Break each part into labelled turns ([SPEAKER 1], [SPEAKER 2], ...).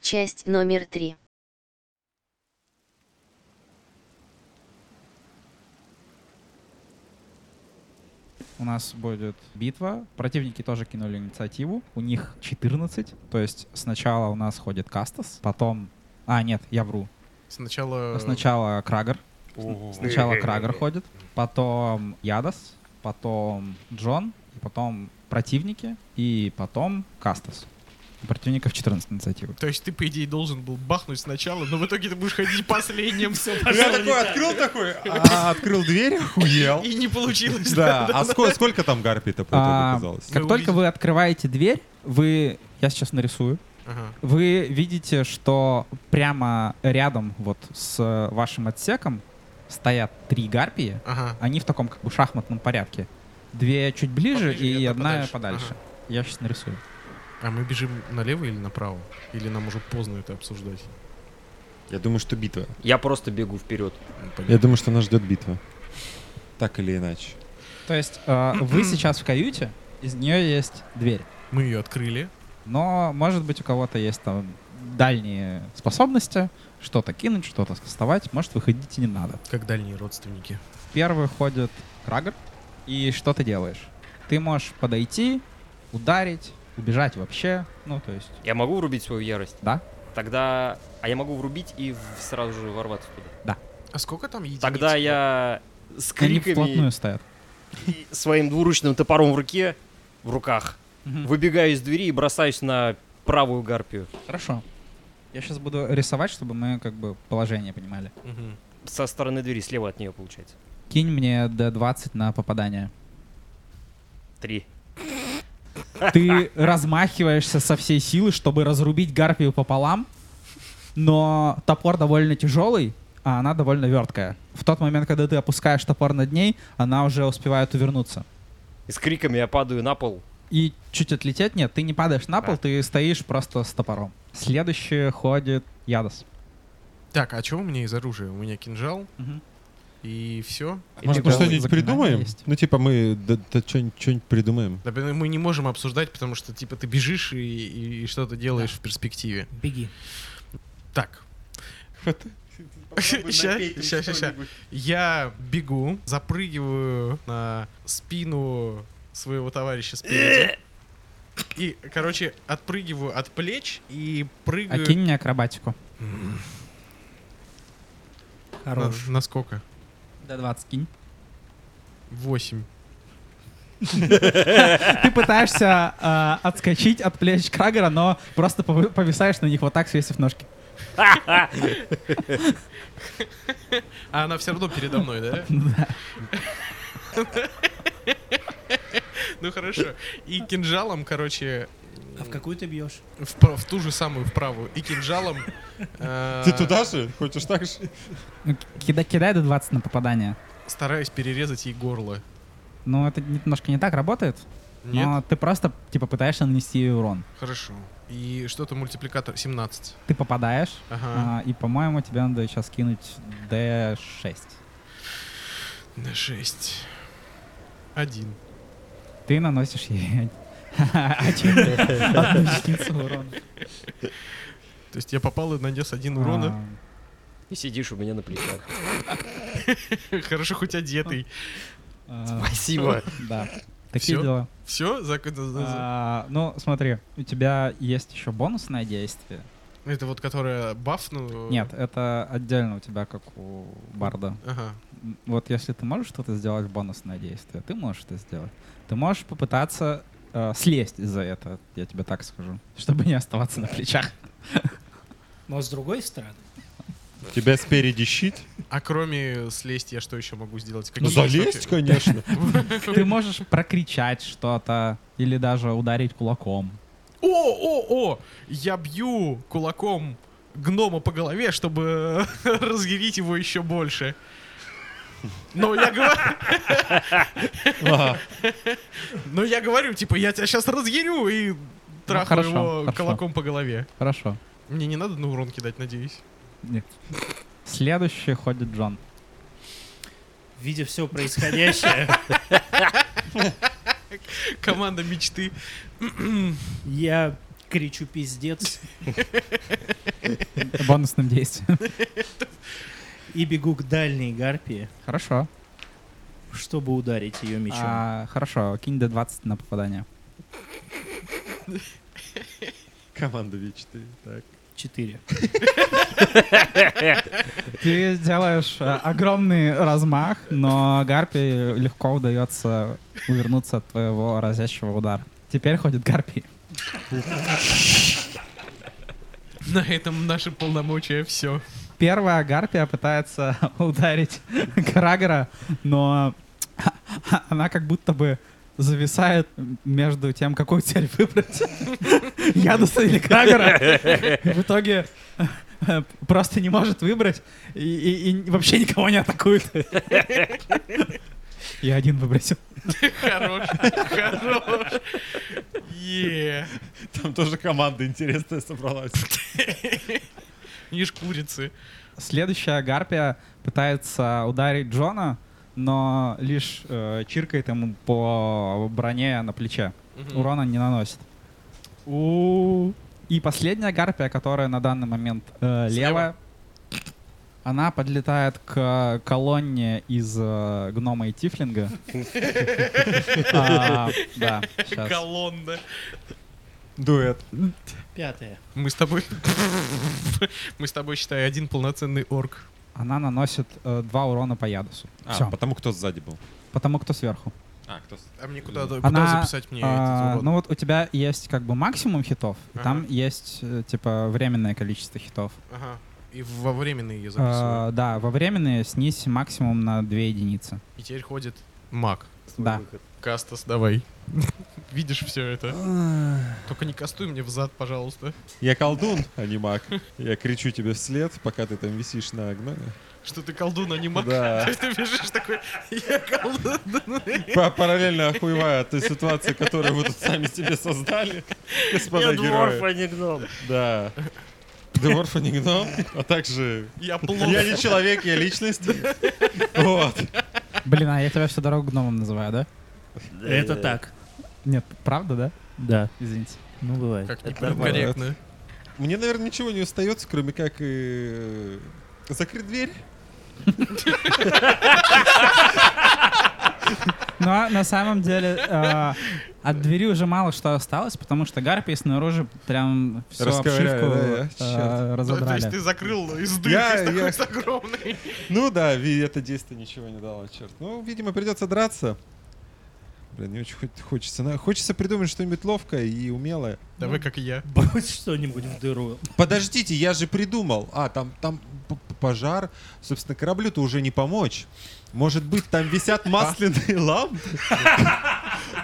[SPEAKER 1] Часть номер три.
[SPEAKER 2] У нас будет битва. Противники тоже кинули инициативу. У них 14. То есть сначала у нас ходит Кастас, потом... А, нет, я вру.
[SPEAKER 3] Сначала...
[SPEAKER 2] Сначала Крагер.
[SPEAKER 3] Ого.
[SPEAKER 2] Сначала Крагер ходит, потом Ядас, потом Джон, и потом противники, и потом Кастас. У противников 14 инициативы.
[SPEAKER 3] То есть ты, по идее, должен был бахнуть сначала, но в итоге ты будешь ходить последним все
[SPEAKER 4] Я такой А открыл такой, а, открыл дверь, охуел.
[SPEAKER 3] И не получилось.
[SPEAKER 4] Да, а сколько, сколько там гарпий-то по итогу
[SPEAKER 2] А,
[SPEAKER 4] оказалось?
[SPEAKER 2] Как
[SPEAKER 3] Мы
[SPEAKER 2] только
[SPEAKER 3] увидим.
[SPEAKER 2] вы открываете дверь, вы... Я сейчас нарисую.
[SPEAKER 3] Ага.
[SPEAKER 2] Вы видите, что прямо рядом вот с э, вашим отсеком стоят три гарпии.
[SPEAKER 3] Ага.
[SPEAKER 2] Они в таком как бы шахматном порядке. Две чуть ближе
[SPEAKER 3] Поближе
[SPEAKER 2] и
[SPEAKER 3] и одна
[SPEAKER 2] одна
[SPEAKER 3] подальше.
[SPEAKER 2] подальше. Я сейчас нарисую.
[SPEAKER 3] А мы бежим налево или направо? Или нам уже поздно это обсуждать?
[SPEAKER 4] Я думаю, что битва.
[SPEAKER 5] Я просто бегу вперед.
[SPEAKER 3] Ну, понятно.
[SPEAKER 4] Я думаю, что нас ждет битва. Так или иначе.
[SPEAKER 2] То есть э, вы сейчас в каюте, из нее есть дверь.
[SPEAKER 3] Мы ее открыли.
[SPEAKER 2] Но, может быть, у кого-то есть там дальние способности, что-то кинуть, что-то скастовать. Может, выходить и не надо.
[SPEAKER 3] Как дальние родственники.
[SPEAKER 2] Первый ходит Крагер. И что ты делаешь? Ты можешь подойти, ударить, убежать вообще. Ну, то есть...
[SPEAKER 5] Я могу врубить свою ярость?
[SPEAKER 2] Да.
[SPEAKER 5] Тогда... А я могу врубить и в- сразу же ворваться туда.
[SPEAKER 3] А сколько там единиц?
[SPEAKER 5] Тогда я с
[SPEAKER 2] Они
[SPEAKER 5] криками
[SPEAKER 2] вплотную стоят.
[SPEAKER 5] и своим двуручным топором в руке, в руках,
[SPEAKER 2] Мгм.
[SPEAKER 5] выбегаю из двери и бросаюсь на правую гарпию.
[SPEAKER 2] Хорошо. Я сейчас буду рисовать, чтобы мы как бы положение понимали.
[SPEAKER 3] Мгм.
[SPEAKER 5] Со стороны двери, слева от нее получается.
[SPEAKER 2] Кинь мне D20 на попадание.
[SPEAKER 5] Три.
[SPEAKER 2] Ты размахиваешься со всей силы, чтобы разрубить гарпию пополам, но топор довольно тяжелый, а она довольно верткая. В тот момент, когда ты опускаешь топор над ней, она уже успевает увернуться.
[SPEAKER 5] И с криками я падаю на пол.
[SPEAKER 2] И чуть отлететь, нет, ты не падаешь на пол,
[SPEAKER 5] Да.
[SPEAKER 2] ты стоишь просто с топором. Следующий ходит Ядос.
[SPEAKER 3] Так, а чего у меня из оружия? У меня кинжал и все.
[SPEAKER 4] Может, мы что-нибудь придумаем? Ну, типа, мы что-нибудь придумаем.
[SPEAKER 3] Да, блин, мы не можем обсуждать, потому что, типа, ты бежишь и, и- и что-то делаешь в перспективе.
[SPEAKER 2] Беги.
[SPEAKER 3] Так, Ща, ща, ща, ща. Я бегу, запрыгиваю на спину своего товарища спереди. И, короче, отпрыгиваю от плеч и
[SPEAKER 2] А
[SPEAKER 3] прыгаю...
[SPEAKER 2] кинь мне акробатику.
[SPEAKER 3] М, на-
[SPEAKER 2] Хорош.
[SPEAKER 3] На сколько?
[SPEAKER 2] D20 кинь.
[SPEAKER 3] Восемь.
[SPEAKER 2] Ты пытаешься э, отскочить от плеч Крагера, но просто повы- повисаешь на них вот так, свесив ножки.
[SPEAKER 3] А она все равно передо мной, да? Ну хорошо. И кинжалом, короче,
[SPEAKER 6] А в какую ты бьешь?
[SPEAKER 3] в пра- в ту же самую, в правую. И кинжалом... э,
[SPEAKER 4] Ты туда же? Хочешь так же?
[SPEAKER 2] Ну, кида- кидай до 20 на попадание.
[SPEAKER 3] Стараюсь перерезать ей горло.
[SPEAKER 2] Ну, это немножко не так работает,
[SPEAKER 3] Нет?
[SPEAKER 2] но ты просто, типа, пытаешься нанести ей урон.
[SPEAKER 3] Хорошо. И что-то мультипликатор 17.
[SPEAKER 2] Ты попадаешь,
[SPEAKER 3] Ага.
[SPEAKER 2] а, и, по-моему, тебе надо сейчас кинуть D6.
[SPEAKER 3] На 6. Один.
[SPEAKER 2] Ты наносишь ей один одну единицу урона.
[SPEAKER 3] То есть я попал и нанес один
[SPEAKER 2] А.
[SPEAKER 3] урона.
[SPEAKER 5] И сидишь у меня на плечах.
[SPEAKER 3] Хорошо, хоть одетый.
[SPEAKER 2] А, а,
[SPEAKER 5] Спасибо.
[SPEAKER 2] Да. Такие
[SPEAKER 3] Всё?
[SPEAKER 2] дела.
[SPEAKER 3] Все?
[SPEAKER 2] А, Ну, смотри, у тебя есть еще бонусное действие.
[SPEAKER 3] Это вот которая баф, ну...
[SPEAKER 2] Нет, это отдельно у тебя, как у Барда.
[SPEAKER 3] Ага.
[SPEAKER 2] М, Вот если ты можешь что-то сделать, бонусное действие, ты можешь это сделать. Ты можешь попытаться э, слезть из-за этого, я тебе так скажу, чтобы не оставаться на плечах.
[SPEAKER 6] Но с другой стороны,
[SPEAKER 4] У тебя спереди щит?
[SPEAKER 3] А кроме слезть я что еще могу сделать?
[SPEAKER 4] Ну, залезть, конечно.
[SPEAKER 2] Ты можешь прокричать что-то или даже ударить кулаком.
[SPEAKER 3] О, о, о! Я бью кулаком гнома по голове, чтобы разъярить его еще больше. Но я говорю...
[SPEAKER 4] Ага.
[SPEAKER 3] Но я говорю, типа, я тебя сейчас разъярю и трахаю
[SPEAKER 2] Ну, хорошо,
[SPEAKER 3] его
[SPEAKER 2] хорошо.
[SPEAKER 3] кулаком по голове.
[SPEAKER 2] Хорошо.
[SPEAKER 3] Мне не надо на урон кидать, надеюсь.
[SPEAKER 2] Нет. Следующий ходит Джон.
[SPEAKER 6] видя все происходящее,
[SPEAKER 3] Команда мечты.
[SPEAKER 6] я кричу пиздец
[SPEAKER 2] бонусным действием.
[SPEAKER 6] И бегу к дальней гарпии,
[SPEAKER 2] Хорошо.
[SPEAKER 6] чтобы ударить ее мечом.
[SPEAKER 2] А, Хорошо, кинь d20 на попадание.
[SPEAKER 4] Команда V4. Так.
[SPEAKER 6] Четыре.
[SPEAKER 2] Ты делаешь э, огромный размах, но Гарпи легко удается увернуться от твоего разящего удара. Теперь ходит Гарпи.
[SPEAKER 3] На этом наши полномочия все.
[SPEAKER 2] Первая Гарпия пытается ударить Крагера, но она как будто бы зависает между тем, какую цель выбрать. Ядуса или Крагера. В итоге э, просто не может выбрать и, и- и вообще никого не атакует. Я один выбросил.
[SPEAKER 3] Хорош, хорош. Е.
[SPEAKER 4] Там тоже команда интересная собралась.
[SPEAKER 3] Ишь курицы.
[SPEAKER 2] Следующая гарпия пытается ударить Джона, но лишь э, чиркает ему по броне на плече.
[SPEAKER 3] Мгм.
[SPEAKER 2] Урона не наносит. У. И последняя гарпия, которая на данный момент э,
[SPEAKER 3] Слева.
[SPEAKER 2] левая, она подлетает к колонне из э, гнома и тифлинга. А, Да, щас.
[SPEAKER 3] Колонна.
[SPEAKER 4] Дуэт.
[SPEAKER 6] Пятое.
[SPEAKER 3] Мы с тобой... Мы с тобой, считай, один полноценный орк.
[SPEAKER 2] Она наносит э, два урона по ядусу.
[SPEAKER 4] А,
[SPEAKER 2] Все.
[SPEAKER 4] потому кто сзади был.
[SPEAKER 2] Потому кто сверху.
[SPEAKER 4] А, кто с-
[SPEAKER 3] А мне куда, куда
[SPEAKER 2] Она,
[SPEAKER 3] записать мне
[SPEAKER 2] А,
[SPEAKER 3] этот урон?
[SPEAKER 2] ну вот у тебя есть как бы максимум хитов, и там
[SPEAKER 3] Ага.
[SPEAKER 2] есть э, типа временное количество хитов.
[SPEAKER 3] Ага. И во временные я записываю.
[SPEAKER 2] А, да, во временные снизь максимум на 2 единицы.
[SPEAKER 3] И теперь ходит маг.
[SPEAKER 2] Да.
[SPEAKER 3] Кастас, давай. Видишь все это? Только не кастуй мне в зад, пожалуйста.
[SPEAKER 4] Я колдун, а не маг. Я кричу тебе вслед, пока ты там висишь на гноме.
[SPEAKER 3] Что ты колдун, а не маг?
[SPEAKER 4] Да.
[SPEAKER 3] Ты бежишь такой, я колдун.
[SPEAKER 4] Па- Параллельно охуевая от той ситуации, которую вы тут сами себе создали, господа
[SPEAKER 5] Я
[SPEAKER 4] герои.
[SPEAKER 5] дворф, а не гном.
[SPEAKER 4] Да. Дворф, а не гном, а также...
[SPEAKER 3] Я плохо.
[SPEAKER 4] Я не человек, я личность. Вот.
[SPEAKER 2] Блин, а я тебя всю дорогу гномом называю, да?
[SPEAKER 6] Это так.
[SPEAKER 2] Нет, правда, да?
[SPEAKER 6] Да.
[SPEAKER 2] Извините.
[SPEAKER 6] Ну, бывает.
[SPEAKER 3] Как
[SPEAKER 5] Это нормально.
[SPEAKER 3] некорректно.
[SPEAKER 4] Мне, наверное, ничего не остается, кроме как э, закрыть дверь.
[SPEAKER 2] Но Ну, а на самом деле э, от двери уже мало что осталось, потому что гарпии снаружи прям всю
[SPEAKER 4] Расковыряли,
[SPEAKER 2] обшивку
[SPEAKER 4] да, я?
[SPEAKER 2] э,
[SPEAKER 4] Чёрт.
[SPEAKER 3] Да, Ну, То есть
[SPEAKER 2] разодрали.
[SPEAKER 3] ты закрыл из
[SPEAKER 4] Я-
[SPEAKER 3] дырки
[SPEAKER 4] я-
[SPEAKER 3] с такой огромной.
[SPEAKER 4] Ну да, ви- это действие ничего не дало, черт. Ну, видимо, придется драться. Блин, не очень хоть- хочется. На- Хочется придумать что-нибудь ловкое и умелое.
[SPEAKER 3] Давай, как и я.
[SPEAKER 6] Брось что-нибудь в дыру.
[SPEAKER 4] Подождите, я же придумал. А, там, там п- п- пожар. Собственно, кораблю-то уже не помочь. Может быть, там висят масляные лампы?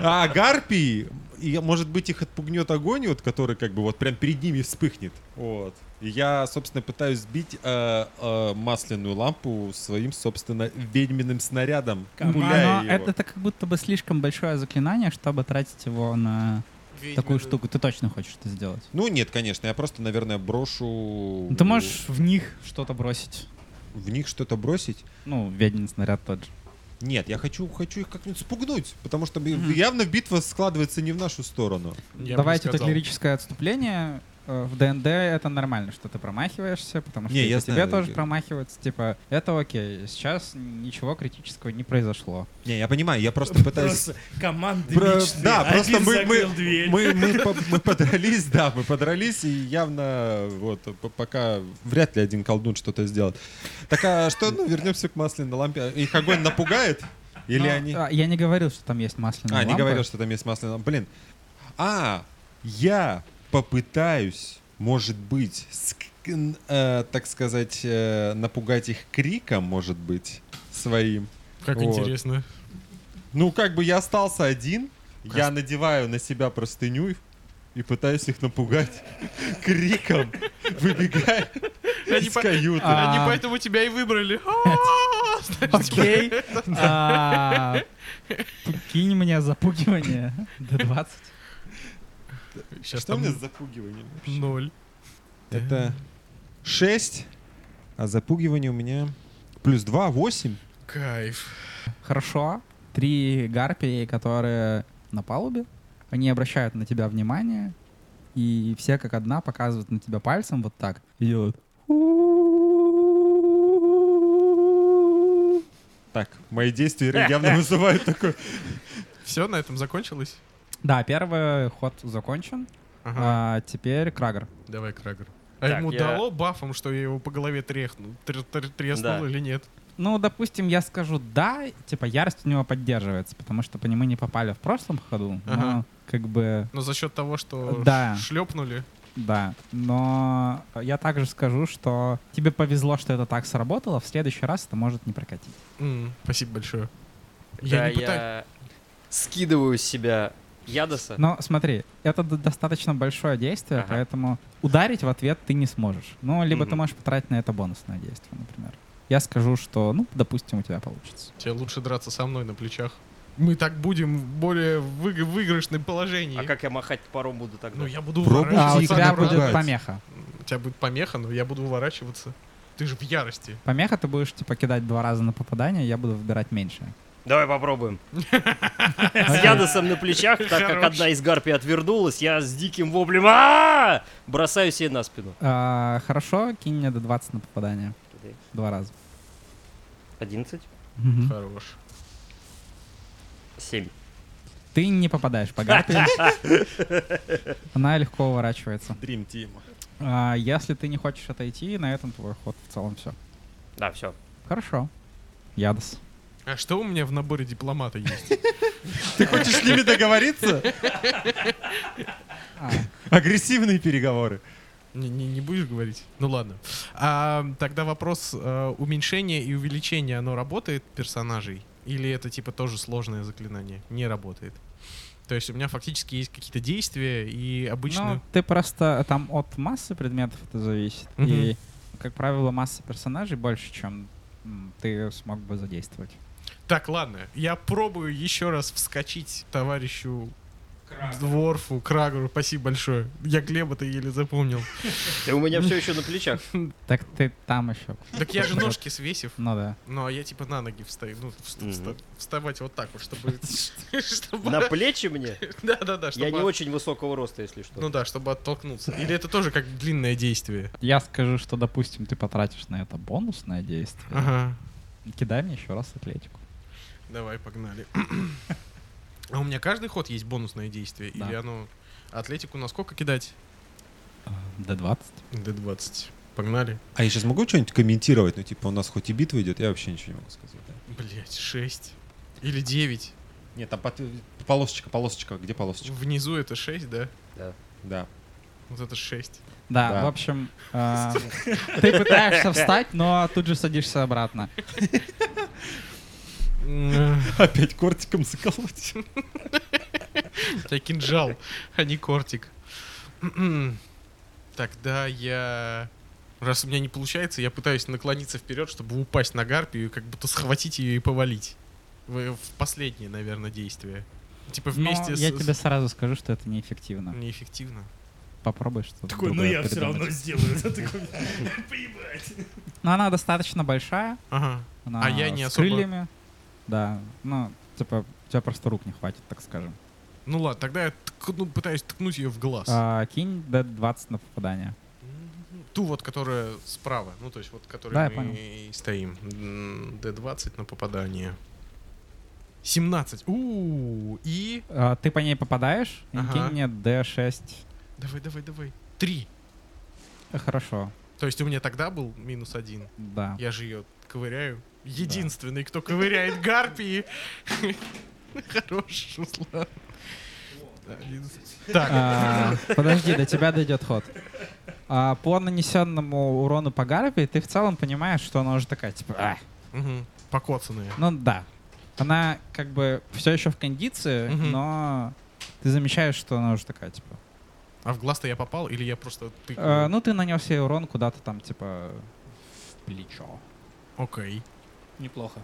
[SPEAKER 4] А гарпии, и, может быть, их отпугнет огонь, вот, который как бы вот прям перед ними вспыхнет. Вот. И я, собственно, пытаюсь сбить э, э, масляную лампу своим, собственно, ведьминым снарядом,
[SPEAKER 6] Команда.
[SPEAKER 4] пуляя
[SPEAKER 2] Но
[SPEAKER 4] его.
[SPEAKER 2] это, это как будто бы слишком большое заклинание, чтобы тратить его на такую штуку. Ты точно хочешь это сделать.
[SPEAKER 4] Ну нет, конечно, я просто, наверное, брошу...
[SPEAKER 2] Ну, Ты можешь в них что-то бросить.
[SPEAKER 4] В них что-то бросить.
[SPEAKER 2] Ну, ведьмин снаряд тот же.
[SPEAKER 4] Нет, я хочу, хочу их как-нибудь спугнуть, потому что б- явно битва складывается не в нашу сторону.
[SPEAKER 3] Я бы
[SPEAKER 2] Давайте это
[SPEAKER 3] сказал.
[SPEAKER 2] лирическое отступление. Э, В ДНД это нормально, что ты промахиваешься, потому что
[SPEAKER 4] Не,
[SPEAKER 2] если
[SPEAKER 4] я
[SPEAKER 2] тебе
[SPEAKER 4] знаю,
[SPEAKER 2] тоже
[SPEAKER 4] я-
[SPEAKER 2] промахиваются, типа, это окей, сейчас ничего критического не произошло.
[SPEAKER 4] Не, я понимаю, я просто пытаюсь...
[SPEAKER 6] Просто команды
[SPEAKER 4] Про-
[SPEAKER 6] личные.
[SPEAKER 4] Да, просто
[SPEAKER 6] Один
[SPEAKER 4] мы,
[SPEAKER 6] закрыл
[SPEAKER 4] мы,
[SPEAKER 6] дверь.
[SPEAKER 4] мы, мы по- мы подрались, да, мы подрались, и явно вот п- пока вряд ли один колдун что-то сделает. Так а что, ну, вернемся к масляной лампе. Их огонь напугает? Или
[SPEAKER 2] Но,
[SPEAKER 4] они...
[SPEAKER 2] а, Я не говорил, что там есть масляная
[SPEAKER 4] А, не
[SPEAKER 2] лампа.
[SPEAKER 4] говорил, что там есть масляная лампа. Блин. А, я попытаюсь, может быть, ск- н- э, так сказать, э, напугать их криком, может быть, своим.
[SPEAKER 3] Как
[SPEAKER 4] Вот.
[SPEAKER 3] интересно.
[SPEAKER 4] Ну, как бы я остался один, я
[SPEAKER 3] Крас-
[SPEAKER 4] надеваю на себя простыню и- и пытаюсь их напугать криком, выбегая
[SPEAKER 3] Они
[SPEAKER 4] из
[SPEAKER 3] по-
[SPEAKER 4] каюты.
[SPEAKER 2] А,
[SPEAKER 3] Они поэтому тебя и выбрали. А-а-а, знаешь, типа,
[SPEAKER 2] Окей. А, Кинь мне запугивание до 20.
[SPEAKER 3] Сейчас
[SPEAKER 4] Что
[SPEAKER 3] там
[SPEAKER 4] мне с запугиванием?
[SPEAKER 3] ноль.
[SPEAKER 4] Это 6, а запугивание у меня плюс 2, 8.
[SPEAKER 3] Кайф.
[SPEAKER 2] Хорошо. Три гарпии, которые на палубе, они обращают на тебя внимание, и все как одна показывают на тебя пальцем вот так и делают. «Ху».
[SPEAKER 4] Так, мои действия явно вызывают такое.
[SPEAKER 3] Все, на этом закончилось?
[SPEAKER 2] Да, первый ход закончен.
[SPEAKER 3] Ага.
[SPEAKER 2] А, теперь Крагер.
[SPEAKER 3] Давай, Крагер. А
[SPEAKER 5] Так,
[SPEAKER 3] ему
[SPEAKER 5] я-
[SPEAKER 3] дало бафом, что я его по голове тряхнул, тр- тр- треснул
[SPEAKER 5] Да.
[SPEAKER 3] или нет?
[SPEAKER 2] Ну, допустим, я скажу да, типа ярость у него поддерживается, потому что по нему не попали в прошлом ходу. но
[SPEAKER 3] Ага.
[SPEAKER 2] как бы
[SPEAKER 3] Но за счет того, что
[SPEAKER 2] Да.
[SPEAKER 3] шлепнули.
[SPEAKER 2] Да, но я также скажу, что тебе повезло, что это так сработало, в следующий раз это может не прокатить.
[SPEAKER 3] спасибо большое.
[SPEAKER 5] Да,
[SPEAKER 3] Я не пытаюсь.
[SPEAKER 5] я скидываю с себя Ядоса.
[SPEAKER 2] Но смотри, это д- достаточно большое действие,
[SPEAKER 5] Ага.
[SPEAKER 2] поэтому ударить в ответ ты не сможешь. Ну, либо ты
[SPEAKER 5] Мгм.
[SPEAKER 2] можешь потратить на это бонусное действие, например. Я скажу, что, ну, допустим, у тебя получится.
[SPEAKER 3] Тебе лучше драться со мной на плечах. Мы так будем в более выг- выигрышном положении.
[SPEAKER 5] А как я махать топором буду тогда?
[SPEAKER 3] Ну я буду
[SPEAKER 4] Пробуй
[SPEAKER 2] А, у
[SPEAKER 4] Пусть их
[SPEAKER 2] тебя
[SPEAKER 4] напугать.
[SPEAKER 2] будет помеха.
[SPEAKER 3] У тебя будет помеха, но я буду уворачиваться. Ты же в ярости.
[SPEAKER 2] Помеха ты будешь, типа, кидать два раза на попадание, я буду выбирать меньше.
[SPEAKER 5] Давай попробуем. С Ядосом на плечах, так как
[SPEAKER 3] Хорош.
[SPEAKER 5] одна из гарпий отвернулась, я с диким воплем «А-а-а!» бросаю себе на спину.
[SPEAKER 2] А, хорошо, кинь мне до 20 на попадание. Два раза.
[SPEAKER 5] 11,
[SPEAKER 2] Мгм.
[SPEAKER 3] Хорош.
[SPEAKER 5] 7.
[SPEAKER 2] Ты не попадаешь по гарпии. Она легко уворачивается.
[SPEAKER 4] Dream Team.
[SPEAKER 2] А, если ты не хочешь отойти, на этом твой ход в целом все.
[SPEAKER 5] Да, все.
[SPEAKER 2] Хорошо. Ядос.
[SPEAKER 3] А что у меня в наборе дипломата есть?
[SPEAKER 4] Ты хочешь с ними договориться?
[SPEAKER 2] А,
[SPEAKER 4] Агрессивные переговоры.
[SPEAKER 3] Не, не- не будешь говорить? Ну ладно. А, тогда вопрос э, уменьшение и увеличение, оно работает персонажей? Или это типа тоже сложное заклинание? Не работает. То есть у меня фактически есть какие-то действия, и обычно...
[SPEAKER 2] ну, ты просто там от массы предметов это зависит.
[SPEAKER 3] Мгм.
[SPEAKER 2] И, как правило, масса персонажей больше, чем м, ты смог бы задействовать.
[SPEAKER 3] Так, ладно, я пробую еще раз вскочить товарищу Дворфу, Крагеру, спасибо большое. Я Глеба-то еле запомнил.
[SPEAKER 5] Ты у меня все еще на плечах.
[SPEAKER 2] Так ты там еще.
[SPEAKER 3] Так я же ножки свесив,
[SPEAKER 2] Ну да.
[SPEAKER 3] но я типа на ноги встаю. Ну, вст-
[SPEAKER 5] Мгм.
[SPEAKER 3] вста- вставать вот так вот, чтобы... чтобы-
[SPEAKER 5] На плечи мне?
[SPEAKER 3] Да-да-да,
[SPEAKER 5] Я не
[SPEAKER 3] чтобы... от-
[SPEAKER 5] очень высокого роста, если что.
[SPEAKER 3] Ну да, чтобы оттолкнуться. Или это тоже как длинное действие?
[SPEAKER 2] Я скажу, что, допустим, ты потратишь на это бонусное действие.
[SPEAKER 3] Ага.
[SPEAKER 2] Кидай мне еще раз атлетику.
[SPEAKER 3] Давай, погнали. А у меня каждый ход есть бонусное действие?
[SPEAKER 2] Да.
[SPEAKER 3] Или оно... Атлетику на сколько кидать?
[SPEAKER 2] До 20.
[SPEAKER 3] Д20. Погнали.
[SPEAKER 4] А я сейчас могу что-нибудь комментировать? Ну, типа, у нас хоть и битва идет, я вообще ничего не могу сказать. да.
[SPEAKER 3] Блять, 6. Или 9.
[SPEAKER 4] Нет, там под- э, полосочка, полосочка. Где полосочка?
[SPEAKER 3] Внизу это 6, да?
[SPEAKER 4] Да.
[SPEAKER 3] Вот это 6.
[SPEAKER 2] Да,
[SPEAKER 4] Да.
[SPEAKER 2] в общем, э, ты пытаешься встать, но тут же садишься обратно.
[SPEAKER 4] Опять кортиком заколоть.
[SPEAKER 3] Я кинжал, а не кортик. Тогда я... Раз у меня не получается, я пытаюсь наклониться вперед, чтобы упасть на гарпию, и как будто схватить ее и повалить. В, в последнее, наверное, действие. Типа
[SPEAKER 2] Но
[SPEAKER 3] вместе с...
[SPEAKER 2] я
[SPEAKER 3] с-
[SPEAKER 2] тебе сразу скажу, что это неэффективно.
[SPEAKER 3] Неэффективно.
[SPEAKER 2] Попробуй что-то
[SPEAKER 6] Такой, ну
[SPEAKER 2] другое
[SPEAKER 6] я все
[SPEAKER 2] придумать.
[SPEAKER 6] равно сделаю. Это такой, поебать.
[SPEAKER 2] Но она достаточно большая.
[SPEAKER 3] Ага.
[SPEAKER 2] Она
[SPEAKER 3] А я не
[SPEAKER 2] с
[SPEAKER 3] особо-
[SPEAKER 2] крыльями. Да, ну, типа, у тебя просто рук не хватит, так скажем.
[SPEAKER 3] Ну ладно, тогда я ткну- пытаюсь ткнуть ее в глаз.
[SPEAKER 2] А, кинь D20 на попадание.
[SPEAKER 3] Ту вот, которая справа. Ну, то есть вот, которой
[SPEAKER 2] Да, я
[SPEAKER 3] мы и стоим. М, D20 на попадание. 17. у И...
[SPEAKER 2] А, ты по ней попадаешь, и
[SPEAKER 3] Ага.
[SPEAKER 2] кинь мне D6.
[SPEAKER 3] Давай, давай, давай. 3.
[SPEAKER 2] Э, Хорошо,
[SPEAKER 3] То есть у меня тогда был минус один.
[SPEAKER 2] да.
[SPEAKER 3] Я же ее ковыряю. Единственный, кто ковыряет гарпии. Хорош, Руслан. Так,
[SPEAKER 2] А, подожди, до тебя дойдет ход. А, по нанесенному урону по гарпии ты в целом понимаешь, что она уже такая, типа, «А,
[SPEAKER 3] мгм, покоцанные.
[SPEAKER 2] Ну да. Она как бы все еще в кондиции,
[SPEAKER 3] Мгм.
[SPEAKER 2] но ты замечаешь, что она уже такая, типа.
[SPEAKER 3] А в глаз-то я попал или я просто
[SPEAKER 2] э,
[SPEAKER 3] тыкнул?
[SPEAKER 2] ну, ты нанес ей урон куда-то там, типа, в плечо.
[SPEAKER 3] Окей.
[SPEAKER 6] Неплохо.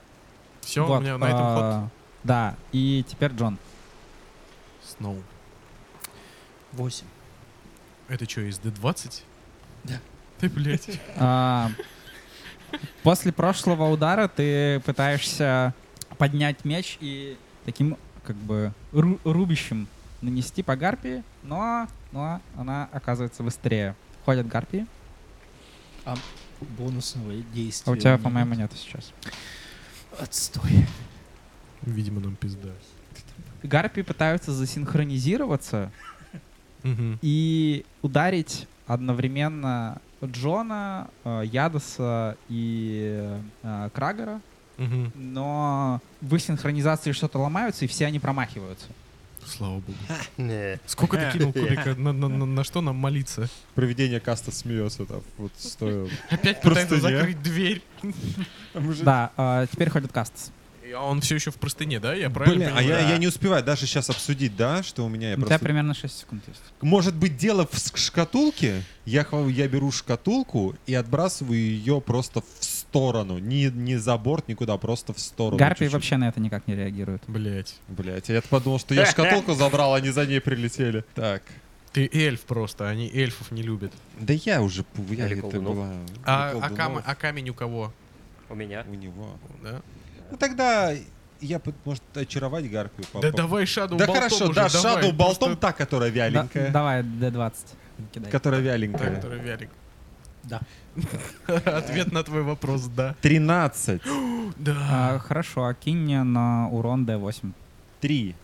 [SPEAKER 3] Все, у
[SPEAKER 2] Вот,
[SPEAKER 3] меня на этом ход.
[SPEAKER 2] а, Да, и теперь Джон.
[SPEAKER 3] Сноу.
[SPEAKER 6] 8.
[SPEAKER 3] Это что, из D20?
[SPEAKER 6] Да.
[SPEAKER 3] Ты, блядь.
[SPEAKER 2] А, после прошлого удара ты пытаешься поднять меч и таким, как бы, ру- рубящим нанести по гарпии, но, но она оказывается быстрее. Ходят гарпии.
[SPEAKER 6] А бонусного действия.
[SPEAKER 2] А у тебя, по-моему, нет сейчас.
[SPEAKER 6] Отстой.
[SPEAKER 3] Видимо, нам пизда.
[SPEAKER 2] Гарпи пытаются засинхронизироваться
[SPEAKER 3] Мгм.
[SPEAKER 2] и ударить одновременно Джона, э, Ядоса и э, Крагера,
[SPEAKER 3] Мгм.
[SPEAKER 2] но в их синхронизации что-то ломаются, и все они промахиваются.
[SPEAKER 3] Слава богу.
[SPEAKER 5] Не.
[SPEAKER 3] Сколько ты кинул кубика? На, на- на- на что нам молиться?
[SPEAKER 4] Проведение каста смеется там, вот стоило.
[SPEAKER 3] Опять пытается
[SPEAKER 4] Простыня.
[SPEAKER 3] закрыть дверь.
[SPEAKER 2] Да, э, теперь ходит каст.
[SPEAKER 3] И Он все еще в простыне, да? Я правильно
[SPEAKER 4] Блин, а
[SPEAKER 3] понимаю?
[SPEAKER 4] я, я не успеваю даже сейчас обсудить, да, что у меня я
[SPEAKER 2] У тебя
[SPEAKER 4] просто...
[SPEAKER 2] примерно 6 секунд есть.
[SPEAKER 4] Может быть, дело в ск- шкатулке? Я, хва- я беру шкатулку и отбрасываю ее просто в сторону. Не, не за борт, никуда, просто в сторону.
[SPEAKER 2] Гарпи вообще на это никак не реагирует.
[SPEAKER 3] Блять.
[SPEAKER 4] Блять, я подумал, что я шкатулку забрал, они за ней прилетели. Так.
[SPEAKER 3] Ты эльф просто, они эльфов не любят.
[SPEAKER 4] Да я уже... пу- Я
[SPEAKER 5] Или
[SPEAKER 4] это
[SPEAKER 5] колдунов.
[SPEAKER 4] была-
[SPEAKER 3] А,
[SPEAKER 4] Или
[SPEAKER 3] а кам-
[SPEAKER 4] колдунов.
[SPEAKER 3] а камень у кого?
[SPEAKER 5] У меня.
[SPEAKER 4] У него.
[SPEAKER 3] Да,
[SPEAKER 4] Ну тогда я, пы- может, очаровать Гарпию
[SPEAKER 3] да
[SPEAKER 4] попробую.
[SPEAKER 3] давай ну, шаду
[SPEAKER 4] Да хорошо, да, шаду болтом та, которая
[SPEAKER 2] Да,
[SPEAKER 4] вяленькая.
[SPEAKER 2] давай, D20. Кидай.
[SPEAKER 4] Которая вяленькая.
[SPEAKER 3] Трактор и Вялик.
[SPEAKER 6] Да.
[SPEAKER 3] Ответ на твой вопрос, да.
[SPEAKER 4] 13.
[SPEAKER 3] Да.
[SPEAKER 2] А, хорошо, а кинь мне на урон D8.
[SPEAKER 4] 3.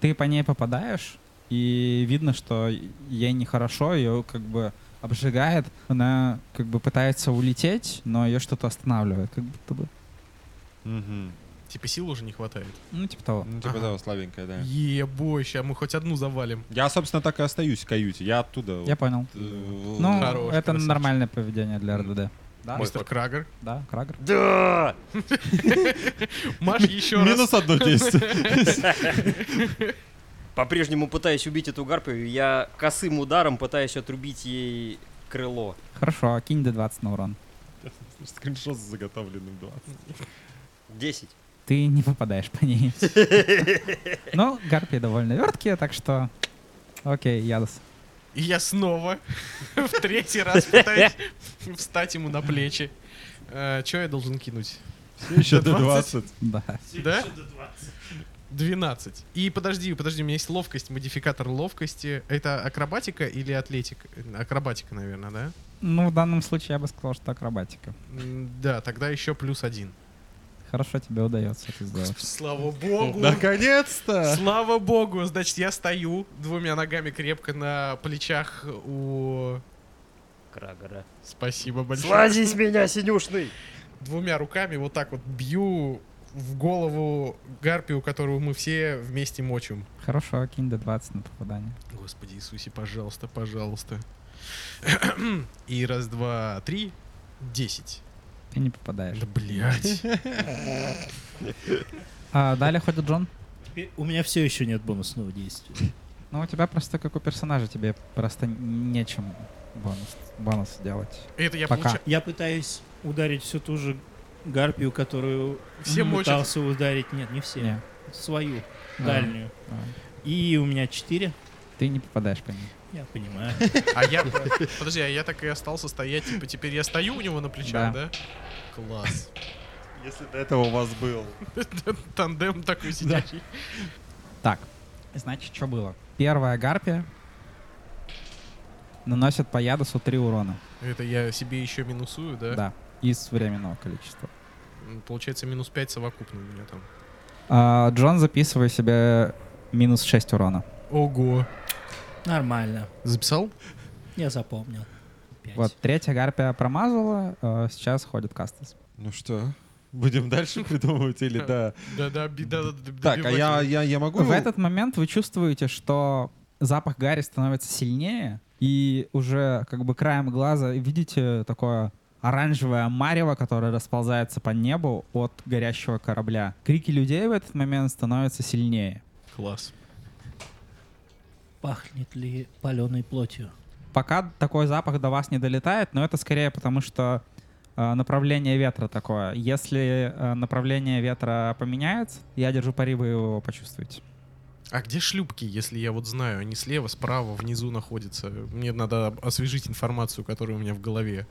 [SPEAKER 2] Ты по ней попадаешь, и видно, что ей нехорошо, ее как бы обжигает. Она как бы пытается улететь, но ее что-то останавливает, как будто бы.
[SPEAKER 4] Угу.
[SPEAKER 3] Типа сил уже не хватает.
[SPEAKER 2] Ну, типа того.
[SPEAKER 4] Ну, типа
[SPEAKER 3] Ага.
[SPEAKER 4] того, слабенькая, да.
[SPEAKER 3] Ебой, сейчас мы хоть одну завалим.
[SPEAKER 4] Я, собственно, так и остаюсь в каюте. Я оттуда. э,
[SPEAKER 2] Я понял. Ну,
[SPEAKER 4] Ну,
[SPEAKER 3] Хорош,
[SPEAKER 2] это
[SPEAKER 3] красавчик.
[SPEAKER 2] нормальное поведение для РДД. Да,
[SPEAKER 5] Мой
[SPEAKER 3] Мистер Крагер.
[SPEAKER 2] да, Крагер.
[SPEAKER 5] Да!
[SPEAKER 3] Маш еще раз.
[SPEAKER 4] минус одно действие.
[SPEAKER 5] По-прежнему пытаюсь убить эту гарпию, я косым ударом пытаюсь отрубить ей крыло.
[SPEAKER 2] Хорошо, а кинь D20 на урон.
[SPEAKER 4] Скриншот с заготовленным 20.
[SPEAKER 5] 10.
[SPEAKER 2] Ты не попадаешь по ней. Но гарпии довольно верткие, так что... Окей, Ядос.
[SPEAKER 3] И я снова в третий раз пытаюсь встать ему на плечи. Че я должен кинуть?
[SPEAKER 4] Все еще до
[SPEAKER 3] 20.
[SPEAKER 4] 20.
[SPEAKER 2] Да.
[SPEAKER 3] Да? 12. И подожди, подожди, у меня есть ловкость, модификатор ловкости. Это акробатика или атлетика? Акробатика, наверное, да?
[SPEAKER 2] Ну, в данном случае я бы сказал, что акробатика.
[SPEAKER 3] М, Да, тогда еще плюс один.
[SPEAKER 2] Хорошо тебе удается это сделать.
[SPEAKER 3] Слава богу!
[SPEAKER 4] Наконец-то!
[SPEAKER 3] Слава богу! Значит, я стою двумя ногами крепко на плечах у...
[SPEAKER 5] Крагора.
[SPEAKER 3] Спасибо большое.
[SPEAKER 5] Слазись меня, синюшный!
[SPEAKER 3] Двумя руками вот так вот бью в голову гарпию, которую мы все вместе мочим.
[SPEAKER 2] Хорошо, кинь D20 на попадание.
[SPEAKER 3] Господи Иисусе, пожалуйста, пожалуйста. И раз, два, три, десять.
[SPEAKER 2] Ты не попадаешь.
[SPEAKER 3] Да блядь.
[SPEAKER 2] А, далее ходит Джон.
[SPEAKER 6] Теперь у меня все еще нет бонусного действия.
[SPEAKER 2] Ну, у тебя просто как у персонажа, тебе просто нечем бонус, бонус делать.
[SPEAKER 3] Это я
[SPEAKER 2] Пока.
[SPEAKER 3] получаю.
[SPEAKER 6] Я пытаюсь ударить всю ту же гарпию, которую
[SPEAKER 3] Все мочат.
[SPEAKER 6] пытался ударить. Нет, не все.
[SPEAKER 2] Не,
[SPEAKER 6] Свою,
[SPEAKER 2] А.
[SPEAKER 6] дальнюю.
[SPEAKER 2] а,
[SPEAKER 6] И у меня 4.
[SPEAKER 2] ты не попадаешь по ней.
[SPEAKER 6] Я понимаю.
[SPEAKER 3] А я... Подожди, а я так и остался стоять. Типа теперь я стою у него на плечах, да? Класс.
[SPEAKER 4] Если до этого у вас был.
[SPEAKER 3] Тандем такой сидящий.
[SPEAKER 2] Так, значит, что было? Первая гарпия наносит по ядусу 3 урона.
[SPEAKER 3] Это я себе еще минусую, да?
[SPEAKER 2] Да, из временного количества.
[SPEAKER 3] М, Получается минус 5 совокупно у меня там.
[SPEAKER 2] А, Джон, записывай себе минус 6 урона.
[SPEAKER 3] Ого.
[SPEAKER 6] Нормально.
[SPEAKER 3] Записал?
[SPEAKER 6] Я запомнил. Пять.
[SPEAKER 2] Вот, третья гарпия промазала, а, сейчас ходит Кастас.
[SPEAKER 4] Ну что, будем дальше придумывать или да?
[SPEAKER 3] Да, да, би- да, да, да,
[SPEAKER 4] Так, а
[SPEAKER 3] добивать
[SPEAKER 4] я,
[SPEAKER 3] его.
[SPEAKER 4] я, я могу...
[SPEAKER 2] В этот момент вы чувствуете, что запах гари становится сильнее, и уже как бы краем глаза видите такое оранжевое марево, которое расползается по небу от горящего корабля. Крики людей в этот момент становятся сильнее.
[SPEAKER 3] Класс.
[SPEAKER 6] Пахнет ли паленой плотью?
[SPEAKER 2] Пока такой запах до вас не долетает, но это скорее потому, что э, направление ветра такое. Если э, направление ветра поменяется, я держу пари, вы его почувствуете.
[SPEAKER 3] А где шлюпки, если я вот знаю? Они слева, справа, внизу находятся. Мне надо об- освежить информацию, которая у меня в голове.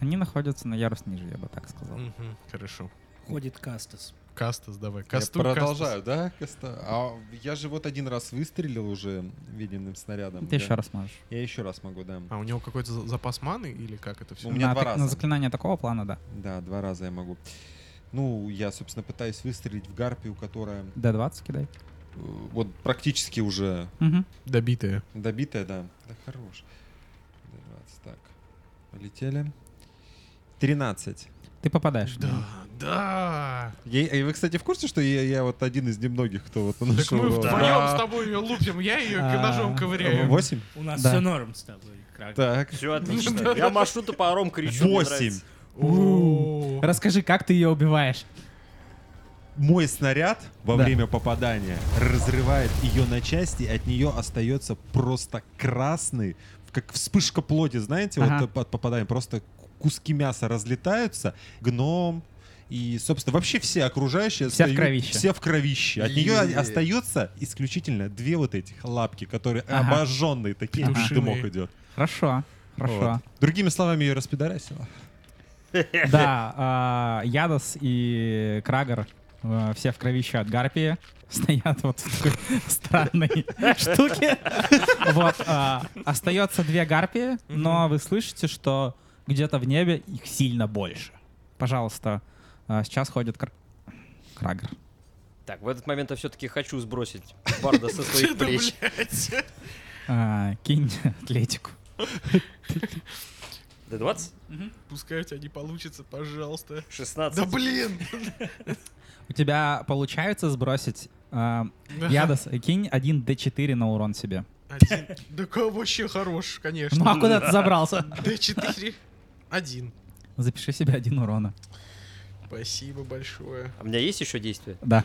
[SPEAKER 2] Они находятся на ярус ниже, я бы так сказал.
[SPEAKER 3] Мгм, Хорошо.
[SPEAKER 6] Ходит Кастас.
[SPEAKER 3] Кастас, давай.
[SPEAKER 4] Я
[SPEAKER 3] Кастуй,
[SPEAKER 4] продолжаю, да? Каста? А я же вот один раз выстрелил уже виденным снарядом.
[SPEAKER 2] Ты
[SPEAKER 4] да.
[SPEAKER 2] еще раз можешь.
[SPEAKER 4] Я еще раз могу, да.
[SPEAKER 3] Кастас. А у него какой-то за- запас маны или как это все?
[SPEAKER 4] У меня
[SPEAKER 2] на,
[SPEAKER 4] два
[SPEAKER 2] так-
[SPEAKER 4] раза.
[SPEAKER 2] на заклинание такого плана, да.
[SPEAKER 4] Да, два раза я могу. Ну, я, собственно, пытаюсь выстрелить в гарпию, которая
[SPEAKER 2] Д20 кидай.
[SPEAKER 4] э, вот практически уже
[SPEAKER 2] Мгм.
[SPEAKER 3] Добитые.
[SPEAKER 4] добитая, да. Да хорош. Д20, так. Полетели. 13.
[SPEAKER 2] Ты попадаешь. в него.
[SPEAKER 3] Да, да.
[SPEAKER 4] Ей- и вы, кстати, в курсе, что я, я вот один из немногих, кто вот
[SPEAKER 3] Так
[SPEAKER 4] нашел?
[SPEAKER 3] мы
[SPEAKER 4] его?
[SPEAKER 3] вдвоем с тобой ее лупим, я ее
[SPEAKER 2] А.
[SPEAKER 3] ножом ковыряю.
[SPEAKER 4] Восемь?
[SPEAKER 6] У нас
[SPEAKER 2] Да.
[SPEAKER 6] все норм с тобой. Крак.
[SPEAKER 4] Так.
[SPEAKER 5] Все отлично. Я машу топором, кричу. мне
[SPEAKER 4] Восемь.
[SPEAKER 5] нравится.
[SPEAKER 3] О.
[SPEAKER 2] Расскажи, как ты ее убиваешь.
[SPEAKER 4] Мой снаряд во
[SPEAKER 2] Да.
[SPEAKER 4] время попадания разрывает ее на части, от нее остается просто красный, как вспышка плоти, знаете,
[SPEAKER 2] Ага.
[SPEAKER 4] вот от попадания. Просто куски мяса разлетаются, гном и, собственно, вообще все окружающие
[SPEAKER 2] Вся в
[SPEAKER 4] остают-
[SPEAKER 2] кровище.
[SPEAKER 4] Все в кровище. От
[SPEAKER 5] И-
[SPEAKER 4] нее остается исключительно две вот этих лапки, которые
[SPEAKER 2] Ага.
[SPEAKER 4] обожженные, такие
[SPEAKER 3] Ага.
[SPEAKER 4] дымок
[SPEAKER 3] Душевые.
[SPEAKER 4] идет.
[SPEAKER 2] Хорошо. Хорошо.
[SPEAKER 4] Вот. Другими словами, ее распидорасило.
[SPEAKER 2] Да, а, Ядос и Крагер а, все в кровище от Гарпии стоят вот в такой странной штуке. Вот, а, остается две Гарпии, но вы слышите, что где-то в небе их сильно больше. Пожалуйста, а, сейчас ходит Кр- Крагер.
[SPEAKER 5] Так, в этот момент я все-таки хочу сбросить Барда со своих плеч.
[SPEAKER 2] А, Кинь атлетику.
[SPEAKER 5] Д20?
[SPEAKER 3] Пускай у тебя не получится, пожалуйста. Да
[SPEAKER 5] 16.
[SPEAKER 3] блин!
[SPEAKER 2] У тебя получается сбросить а,
[SPEAKER 3] Да.
[SPEAKER 2] Ядос, кинь 1 d4 на урон себе.
[SPEAKER 3] Один. Да кого вообще хорош,
[SPEAKER 2] Ну а
[SPEAKER 3] конечно.
[SPEAKER 2] куда ты забрался?
[SPEAKER 3] Д4. Один.
[SPEAKER 2] Запиши себе один урона.
[SPEAKER 3] Спасибо большое.
[SPEAKER 5] А у меня есть еще действие?
[SPEAKER 2] Да.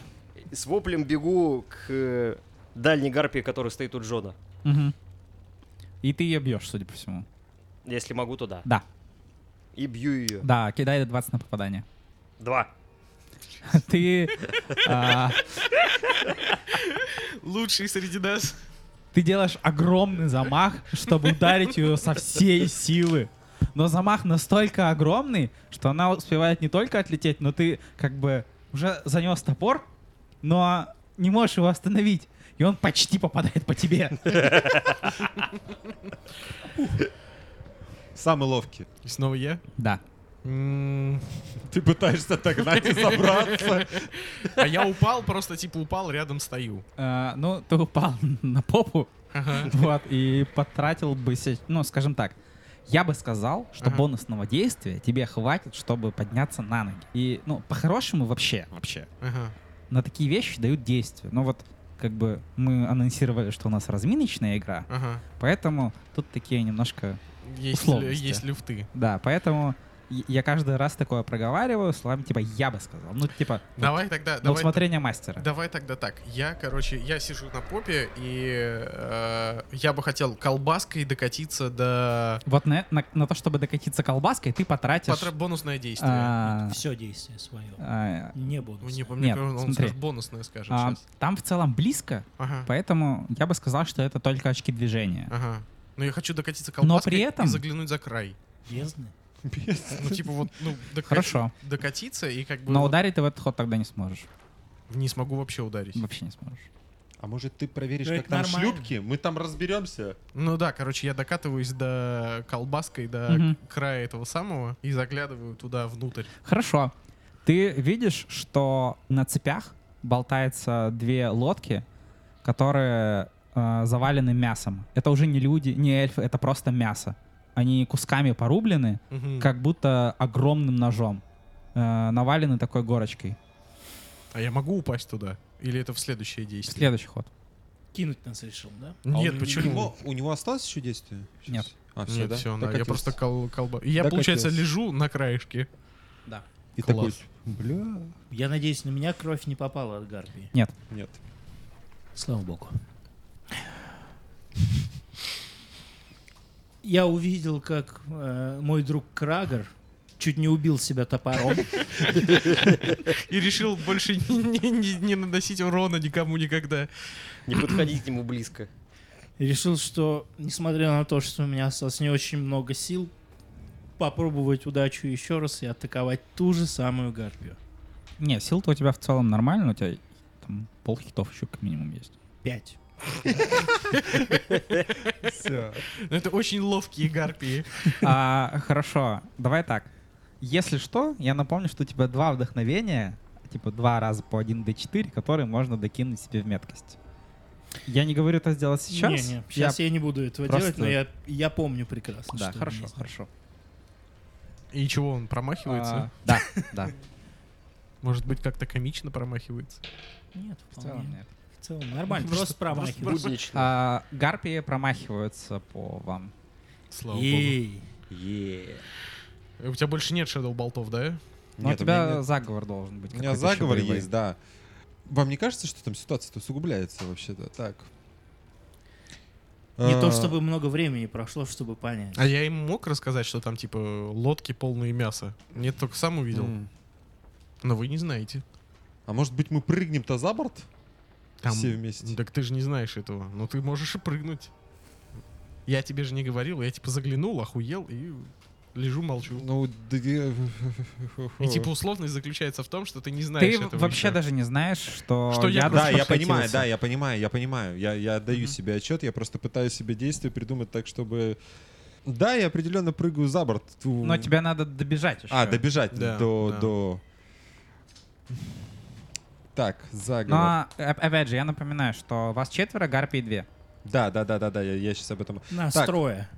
[SPEAKER 5] С воплем бегу к э, дальней гарпии, которая стоит у Джона.
[SPEAKER 2] Мгм. И ты ее бьешь, судя по всему.
[SPEAKER 5] Если могу, то да.
[SPEAKER 2] Да.
[SPEAKER 5] И бью ее.
[SPEAKER 2] Да, кидай 20 на попадание.
[SPEAKER 5] Два.
[SPEAKER 2] Ты. а,
[SPEAKER 3] Лучший среди нас.
[SPEAKER 2] Ты делаешь огромный замах, чтобы ударить ее со всей силы. Но замах настолько огромный, что она успевает не только отлететь, но ты как бы уже занес топор, но не можешь его остановить. И он почти попадает по тебе.
[SPEAKER 4] Самый ловкий.
[SPEAKER 3] И снова я.
[SPEAKER 2] Да.
[SPEAKER 3] М,
[SPEAKER 4] Ты пытаешься отогнать и забраться.
[SPEAKER 3] А я упал, просто типа упал, рядом стою.
[SPEAKER 2] Э, ну, ты упал на попу, вот, и потратил бы, се- ну, скажем так, я бы сказал, что
[SPEAKER 3] Ага.
[SPEAKER 2] бонусного действия тебе хватит, чтобы подняться на ноги. И, ну, по-хорошему вообще, вообще,
[SPEAKER 3] Ага.
[SPEAKER 2] на такие вещи дают действия. Ну, вот, как бы мы анонсировали, что у нас разминочная игра,
[SPEAKER 3] Ага.
[SPEAKER 2] поэтому тут такие немножко,
[SPEAKER 3] Есть, лю-
[SPEAKER 2] Условности.
[SPEAKER 3] есть люфты.
[SPEAKER 2] да, поэтому и- я каждый раз такое проговариваю словами, типа, я бы сказал. Ну, типа,
[SPEAKER 3] Давай тогда,
[SPEAKER 2] на
[SPEAKER 3] давай,
[SPEAKER 2] усмотрение мастера.
[SPEAKER 3] давай тогда так. Я, короче, я сижу на попе, и э, я бы хотел колбаской докатиться до
[SPEAKER 2] Вот на, на- на то, чтобы докатиться колбаской, ты потратишь...
[SPEAKER 3] Потра- бонусное действие.
[SPEAKER 2] а,
[SPEAKER 6] Все действие свое.
[SPEAKER 2] а,
[SPEAKER 6] Не
[SPEAKER 3] Ну,
[SPEAKER 6] буду.
[SPEAKER 3] не помню,
[SPEAKER 2] Нет,
[SPEAKER 3] как он
[SPEAKER 2] смотри.
[SPEAKER 3] скажет, бонусное скажет
[SPEAKER 2] А,
[SPEAKER 3] сейчас.
[SPEAKER 2] Там в целом близко,
[SPEAKER 3] Ага.
[SPEAKER 2] поэтому я бы сказал, что это только очки движения.
[SPEAKER 3] Ага. Но я хочу докатиться
[SPEAKER 2] при
[SPEAKER 3] колбаской
[SPEAKER 2] этом-
[SPEAKER 3] и заглянуть за край.
[SPEAKER 6] Бездны.
[SPEAKER 3] Ну, типа вот, ну, дока-
[SPEAKER 2] Хорошо.
[SPEAKER 3] докатиться и как бы
[SPEAKER 2] Но
[SPEAKER 3] А, вот
[SPEAKER 2] ударить ты в этот ход тогда не сможешь.
[SPEAKER 3] не смогу вообще ударить.
[SPEAKER 2] Вообще не сможешь.
[SPEAKER 4] А может ты проверишь,
[SPEAKER 6] Ну,
[SPEAKER 4] как
[SPEAKER 6] это
[SPEAKER 4] там
[SPEAKER 6] нормально.
[SPEAKER 4] шлюпки? Мы там разберемся.
[SPEAKER 3] Ну да, короче, я докатываюсь до колбаской, до
[SPEAKER 2] Мгм.
[SPEAKER 3] к- края этого самого и заглядываю туда внутрь.
[SPEAKER 2] Хорошо. Ты видишь, что на цепях болтаются две лодки, которые э, завалены мясом. Это уже не люди, не эльфы, это просто мясо. Они кусками порублены,
[SPEAKER 3] Мгм.
[SPEAKER 2] как будто огромным ножом. э, навалены такой горочкой.
[SPEAKER 3] А я могу упасть туда? Или это в следующее действие?
[SPEAKER 2] Следующий ход.
[SPEAKER 6] Кинуть нас решил, да?
[SPEAKER 3] Нет,
[SPEAKER 4] А у
[SPEAKER 3] почему?
[SPEAKER 4] него- У него осталось еще действие? Сейчас.
[SPEAKER 2] Нет.
[SPEAKER 4] А, все,
[SPEAKER 3] Нет,
[SPEAKER 4] да?
[SPEAKER 3] все, я
[SPEAKER 4] Докатился.
[SPEAKER 3] просто кол- колба. И я,
[SPEAKER 4] Докатился.
[SPEAKER 3] получается, лежу на краешке.
[SPEAKER 4] И такой,
[SPEAKER 3] Класс.
[SPEAKER 4] бля,
[SPEAKER 6] Я надеюсь, на меня кровь не попала от гарпии.
[SPEAKER 4] нет.
[SPEAKER 6] Слава богу. Я увидел, как э, мой друг Крагер чуть не убил себя топором.
[SPEAKER 3] И решил больше не, не- не- не наносить урона никому никогда.
[SPEAKER 5] Не подходить к нему близко.
[SPEAKER 6] И решил, что, несмотря на то, что у меня осталось не очень много сил, попробовать удачу еще раз и атаковать ту же самую гарпию.
[SPEAKER 2] Не, сил-то у тебя в целом нормально, у тебя там пол хитов еще как минимум есть.
[SPEAKER 5] Пять.
[SPEAKER 4] Все.
[SPEAKER 3] Ну, это очень ловкие гарпии.
[SPEAKER 2] А, хорошо, давай так. Если что, я напомню, что у тебя два вдохновения, типа два раза по 1d4, которые можно докинуть себе в меткость. Я не говорю это сделать сейчас.
[SPEAKER 6] Не, не, сейчас я... не буду этого
[SPEAKER 2] просто-
[SPEAKER 6] делать, но я, я помню прекрасно.
[SPEAKER 2] Да,
[SPEAKER 6] что
[SPEAKER 2] хорошо,
[SPEAKER 6] у меня есть.
[SPEAKER 2] хорошо.
[SPEAKER 3] И чего, он промахивается?
[SPEAKER 2] А, да, да.
[SPEAKER 3] Может быть, как-то комично промахивается?
[SPEAKER 6] Нет,
[SPEAKER 2] В целом
[SPEAKER 6] вполне.
[SPEAKER 2] нет.
[SPEAKER 6] В целом нормально, просто промахиваюсь.
[SPEAKER 5] Буднично.
[SPEAKER 2] А, гарпии промахиваются по вам.
[SPEAKER 3] Слава
[SPEAKER 6] Ей.
[SPEAKER 3] богу. У тебя больше нет шедоу-болтов, да?
[SPEAKER 2] Но у
[SPEAKER 4] Нет, у меня
[SPEAKER 2] Ну, а тебя
[SPEAKER 4] нет.
[SPEAKER 2] заговор должен быть.
[SPEAKER 4] У меня
[SPEAKER 2] какой-то еще
[SPEAKER 4] заговор
[SPEAKER 2] боевой.
[SPEAKER 4] есть, да. Вам не кажется, что там ситуация-то усугубляется вообще-то? Так.
[SPEAKER 6] Не
[SPEAKER 4] А,
[SPEAKER 6] то чтобы много времени прошло, чтобы понять.
[SPEAKER 3] А я им мог рассказать, что там, типа, лодки полные мяса. Нет, только сам увидел.
[SPEAKER 4] м.
[SPEAKER 3] Но вы не знаете.
[SPEAKER 4] А может быть мы прыгнем-то за борт?
[SPEAKER 3] Там-
[SPEAKER 4] Все вместе.
[SPEAKER 3] Так ты же не знаешь этого. Но ты можешь и прыгнуть. Я тебе же не говорил, я типа заглянул, охуел и лежу, молчу.
[SPEAKER 4] Ну, да я-
[SPEAKER 3] И типа условность заключается в том, что ты не знаешь
[SPEAKER 2] Ты
[SPEAKER 3] этого
[SPEAKER 2] вообще
[SPEAKER 3] еще.
[SPEAKER 2] даже не знаешь, что,
[SPEAKER 3] Что я
[SPEAKER 4] Да, я
[SPEAKER 2] расшатился.
[SPEAKER 4] понимаю, да, я понимаю, я понимаю. Я, я отдаю себе отчет, я просто пытаюсь себе действия придумать так, чтобы... Да, я определенно прыгаю за борт. Ту-
[SPEAKER 2] Но Ну, а тебе надо добежать еще.
[SPEAKER 4] А, добежать
[SPEAKER 3] Да,
[SPEAKER 4] до,
[SPEAKER 3] да.
[SPEAKER 4] до... Так, заговор.
[SPEAKER 2] Но, э, опять же, я напоминаю, что вас четверо, гарпии две.
[SPEAKER 4] Да, да, да, да, да, я, сейчас об этом...
[SPEAKER 6] Настроя.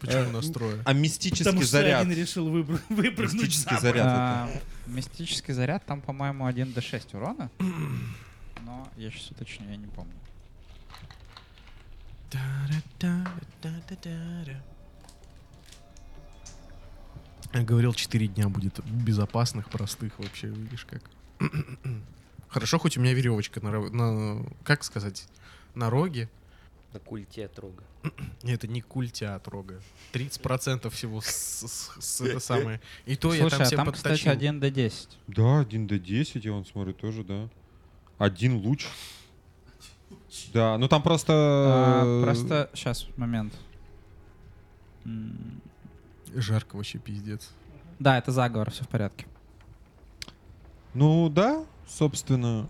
[SPEAKER 3] Почему настрою?
[SPEAKER 4] А мистический
[SPEAKER 6] Потому что
[SPEAKER 4] заряд.
[SPEAKER 6] один решил выбр- выпрыгнуть
[SPEAKER 4] Мистический
[SPEAKER 6] сам.
[SPEAKER 4] заряд.
[SPEAKER 2] А, Мистический заряд, там, по-моему, 1d6 урона. Но я сейчас уточню, я не помню.
[SPEAKER 3] Я говорил, 4 дня будет безопасных, простых вообще, видишь как. Хорошо, хоть у меня веревочка на, ро- на- как сказать, на роге.
[SPEAKER 5] На культе от рога.
[SPEAKER 3] Это не культя от рога. 30% всего с, с- с- это самое. И то я
[SPEAKER 2] Слушай,
[SPEAKER 3] там
[SPEAKER 2] а
[SPEAKER 3] всем
[SPEAKER 2] там, кстати,
[SPEAKER 3] подточил.
[SPEAKER 2] 1d10.
[SPEAKER 4] Да, 1 до 10, я вон смотрю тоже, да. Один луч. Да, ну там просто...
[SPEAKER 2] А, Просто, сейчас, момент. М,
[SPEAKER 3] Жарко вообще пиздец.
[SPEAKER 2] Да, это заговор, все в порядке.
[SPEAKER 4] Ну да, собственно.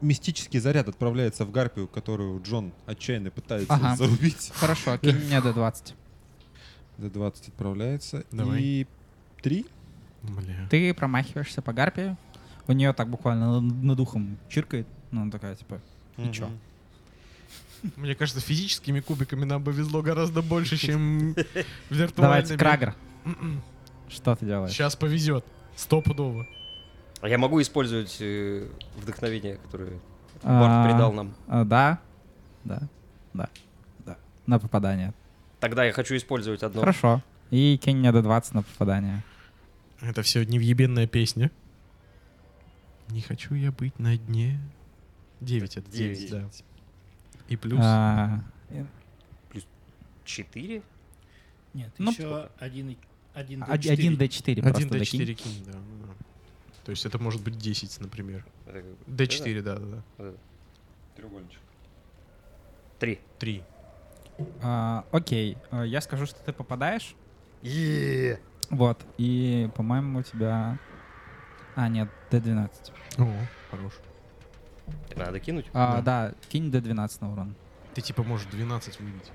[SPEAKER 4] Мистический заряд отправляется в гарпию, которую Джон отчаянно пытается
[SPEAKER 2] Ага.
[SPEAKER 4] зарубить.
[SPEAKER 2] Хорошо, кинь мне d20.
[SPEAKER 4] До 20 отправляется.
[SPEAKER 3] Давай.
[SPEAKER 4] И 3.
[SPEAKER 3] Бля.
[SPEAKER 2] Ты промахиваешься по гарпии. У нее так буквально над над ухом чиркает. Ну, она такая, типа, И чё?
[SPEAKER 3] Мне кажется, физическими кубиками нам бы везло гораздо больше, чем виртуальными.
[SPEAKER 2] давайте, Крагер. Что ты делаешь?
[SPEAKER 3] Сейчас повезет. Стопудово.
[SPEAKER 5] А я могу использовать э, вдохновение, которое
[SPEAKER 2] А,
[SPEAKER 5] Барт придал нам.
[SPEAKER 2] а, Да, да, да, да. На попадание.
[SPEAKER 5] Тогда я хочу использовать одно.
[SPEAKER 2] Хорошо. И кинь мне до 20 на попадание.
[SPEAKER 3] Это все невъебенная песня. Не хочу я быть на дне. 9 это 9,
[SPEAKER 5] Девять.
[SPEAKER 3] да. И плюс.
[SPEAKER 2] А,
[SPEAKER 5] Четыре?
[SPEAKER 6] Нет,
[SPEAKER 2] Ну,
[SPEAKER 6] еще один, и- один, до
[SPEAKER 2] од-
[SPEAKER 6] четыре.
[SPEAKER 2] 1d4 просто
[SPEAKER 3] 1 d4
[SPEAKER 2] докинь.
[SPEAKER 3] кинь, да. ну. То есть это может быть 10, например.
[SPEAKER 5] Это как бы-
[SPEAKER 3] D4, да, да, да.
[SPEAKER 5] Треугольничек. Три.
[SPEAKER 3] 3.
[SPEAKER 2] А, Окей, А, я скажу, что ты попадаешь. Вот, и, по-моему, у тебя... А, нет, d12.
[SPEAKER 3] О, хорош.
[SPEAKER 5] Так Надо кинуть.
[SPEAKER 2] А, да. кинь d12 на урон.
[SPEAKER 3] Ты типа можешь 12 выбить.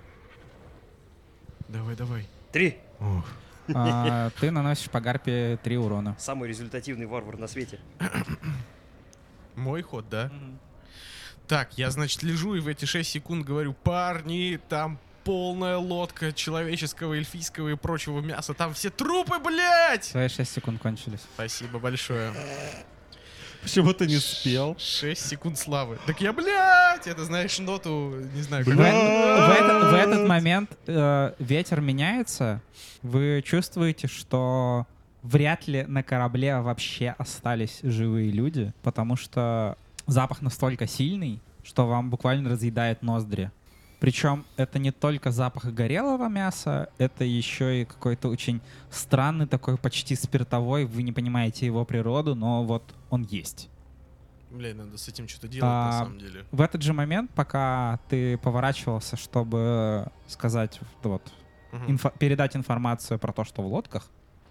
[SPEAKER 3] Давай, давай.
[SPEAKER 5] Три.
[SPEAKER 3] Ох.
[SPEAKER 2] А, ты наносишь по гарпе 3 урона.
[SPEAKER 5] Самый результативный варвар на свете.
[SPEAKER 3] Мой ход, да? Так, я, значит, лежу и в эти 6 секунд говорю, парни, там полная лодка человеческого, эльфийского и прочего мяса. Там все трупы, блядь!
[SPEAKER 2] Твои 6 секунд кончились.
[SPEAKER 3] Спасибо большое.
[SPEAKER 4] Почему ты не спел?
[SPEAKER 3] 6 секунд славы. Так я, блядь! Это, знаешь, ноту, не знаю,
[SPEAKER 2] В,
[SPEAKER 3] как...
[SPEAKER 2] в этот, в этот момент э, ветер меняется. Вы чувствуете, что вряд ли на корабле вообще остались живые люди, потому что запах настолько сильный, что вам буквально разъедает ноздри. Причем это не только запах горелого мяса, это еще и какой-то очень странный такой почти спиртовой, вы не понимаете его природу, но вот он есть.
[SPEAKER 3] Блядь, надо с этим что-то делать,
[SPEAKER 2] А,
[SPEAKER 3] на самом деле.
[SPEAKER 2] В этот же момент, пока ты поворачивался, чтобы сказать вот
[SPEAKER 3] Мгм.
[SPEAKER 2] инфо- передать информацию про то, что в лодках,